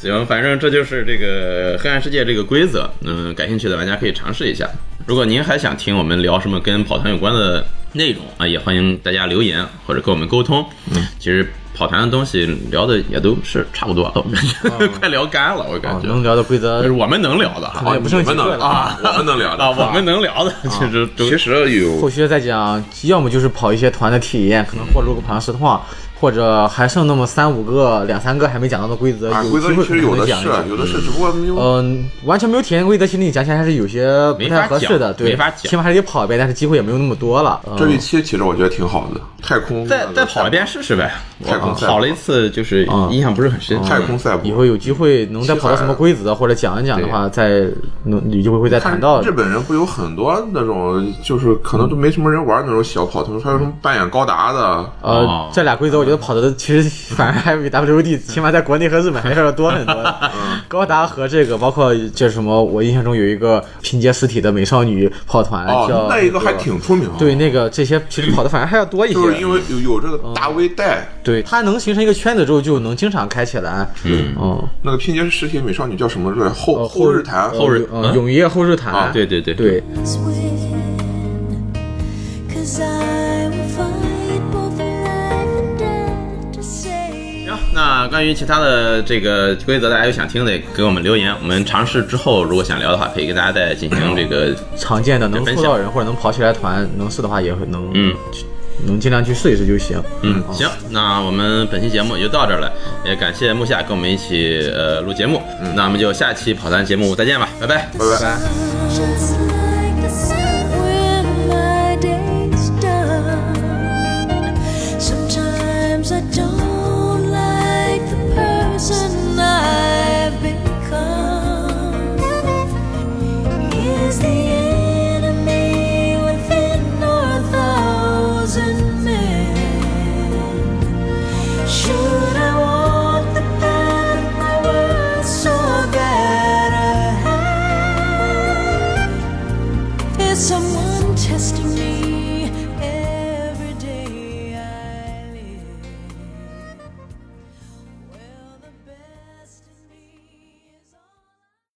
Speaker 3: 行，反正这就是这个黑暗世界这个规则，嗯，感兴趣的玩家可以尝试一下。如果您还想听我们聊什么跟跑团有关的内容啊，也欢迎大家留言或者跟我们沟通。嗯，其实跑团的东西聊的也都是差不多了，我感 觉 快聊干了，我感
Speaker 1: 啊
Speaker 2: 哦
Speaker 3: 觉。
Speaker 1: 能聊的规则
Speaker 3: 这是我们能聊的哈
Speaker 1: 能也不剩
Speaker 2: 你
Speaker 1: 几
Speaker 2: 们
Speaker 1: 个
Speaker 2: 能
Speaker 1: 了
Speaker 2: 啊，我们能聊
Speaker 3: 啊，
Speaker 2: 的。
Speaker 3: 我们 能聊的
Speaker 2: 哦
Speaker 3: 其实都
Speaker 2: 其实有嗯
Speaker 1: 后续再讲，要么就是跑一些团的体验，可能或录个跑团实况，或者还剩那么三五个、两三个还没讲到的规则，
Speaker 2: 啊，
Speaker 1: 有
Speaker 2: 规
Speaker 1: 机
Speaker 2: 则
Speaker 1: 会
Speaker 2: 其
Speaker 1: 可
Speaker 2: 实
Speaker 1: 能
Speaker 2: 有
Speaker 1: 能
Speaker 2: 的
Speaker 1: 讲一
Speaker 2: 是，啊
Speaker 1: 讲。
Speaker 2: 有的是，只不过没有
Speaker 1: 嗯，完全没有体验规则，其实你讲起来还是有些不
Speaker 3: 没
Speaker 1: 太
Speaker 3: 法
Speaker 1: 合适
Speaker 3: 讲
Speaker 1: 的，对，
Speaker 3: 没法讲
Speaker 1: 起码还得跑一遍，但是机会也没有那么多了。嗯
Speaker 2: 这一期其实我觉得挺好的，太空呃
Speaker 3: 再再跑一遍试试呗。
Speaker 2: 太空
Speaker 3: 我
Speaker 2: 赛
Speaker 3: 跑了一次，就是印象不是很深。
Speaker 2: 太空赛
Speaker 1: 嗯以
Speaker 2: 博。
Speaker 1: 后有机会能再跑到什么规则或者讲一讲的话，再能有机会会再谈到
Speaker 2: 日本人不有很多那种，就是可能都没什么人玩那种小跑通，还有什么扮演高达的，
Speaker 1: 呃
Speaker 3: 哦，
Speaker 1: 这俩规则我觉得跑的其实反而还比
Speaker 2: 嗯
Speaker 1: WD 起码在国内和日 本还是要多很多的。高达和这个包括这什么，我印象中有一个拼接尸体的美少女跑团，
Speaker 2: 哦
Speaker 1: 叫，
Speaker 2: 那一个还挺出名的。
Speaker 1: 对，那个这些其实跑的反而还要多一些，
Speaker 2: 就是因为有有这个大 V 带，
Speaker 1: 对它能形成一个圈子之后，就能经常开起来。嗯，哦，
Speaker 2: 那个拼接实体美少女叫什么来着？后
Speaker 1: 呃
Speaker 2: 后日谈，
Speaker 3: 后日
Speaker 1: 呃
Speaker 3: 嗯
Speaker 1: 永夜后日谈，
Speaker 2: 啊
Speaker 3: 对对对
Speaker 1: 对，
Speaker 4: Cause I will fight both alive and dead to save.
Speaker 3: 行，那关于其他的这个规则，大家有想听的也给我们留言，我们尝试之后如果想聊的话，可以跟大家再进行这个
Speaker 1: 常见的能
Speaker 3: 分
Speaker 1: 出
Speaker 3: 享
Speaker 1: 到人或者能跑起来团，能试的话也会能，
Speaker 3: 嗯，
Speaker 1: 能尽量去试一试就行。
Speaker 3: 嗯，行，那我们本期节目也就到这儿了，也感谢木夏跟我们一起呃录节目，那我们就下期跑团节目再见吧，拜拜。
Speaker 2: 拜拜。
Speaker 4: Just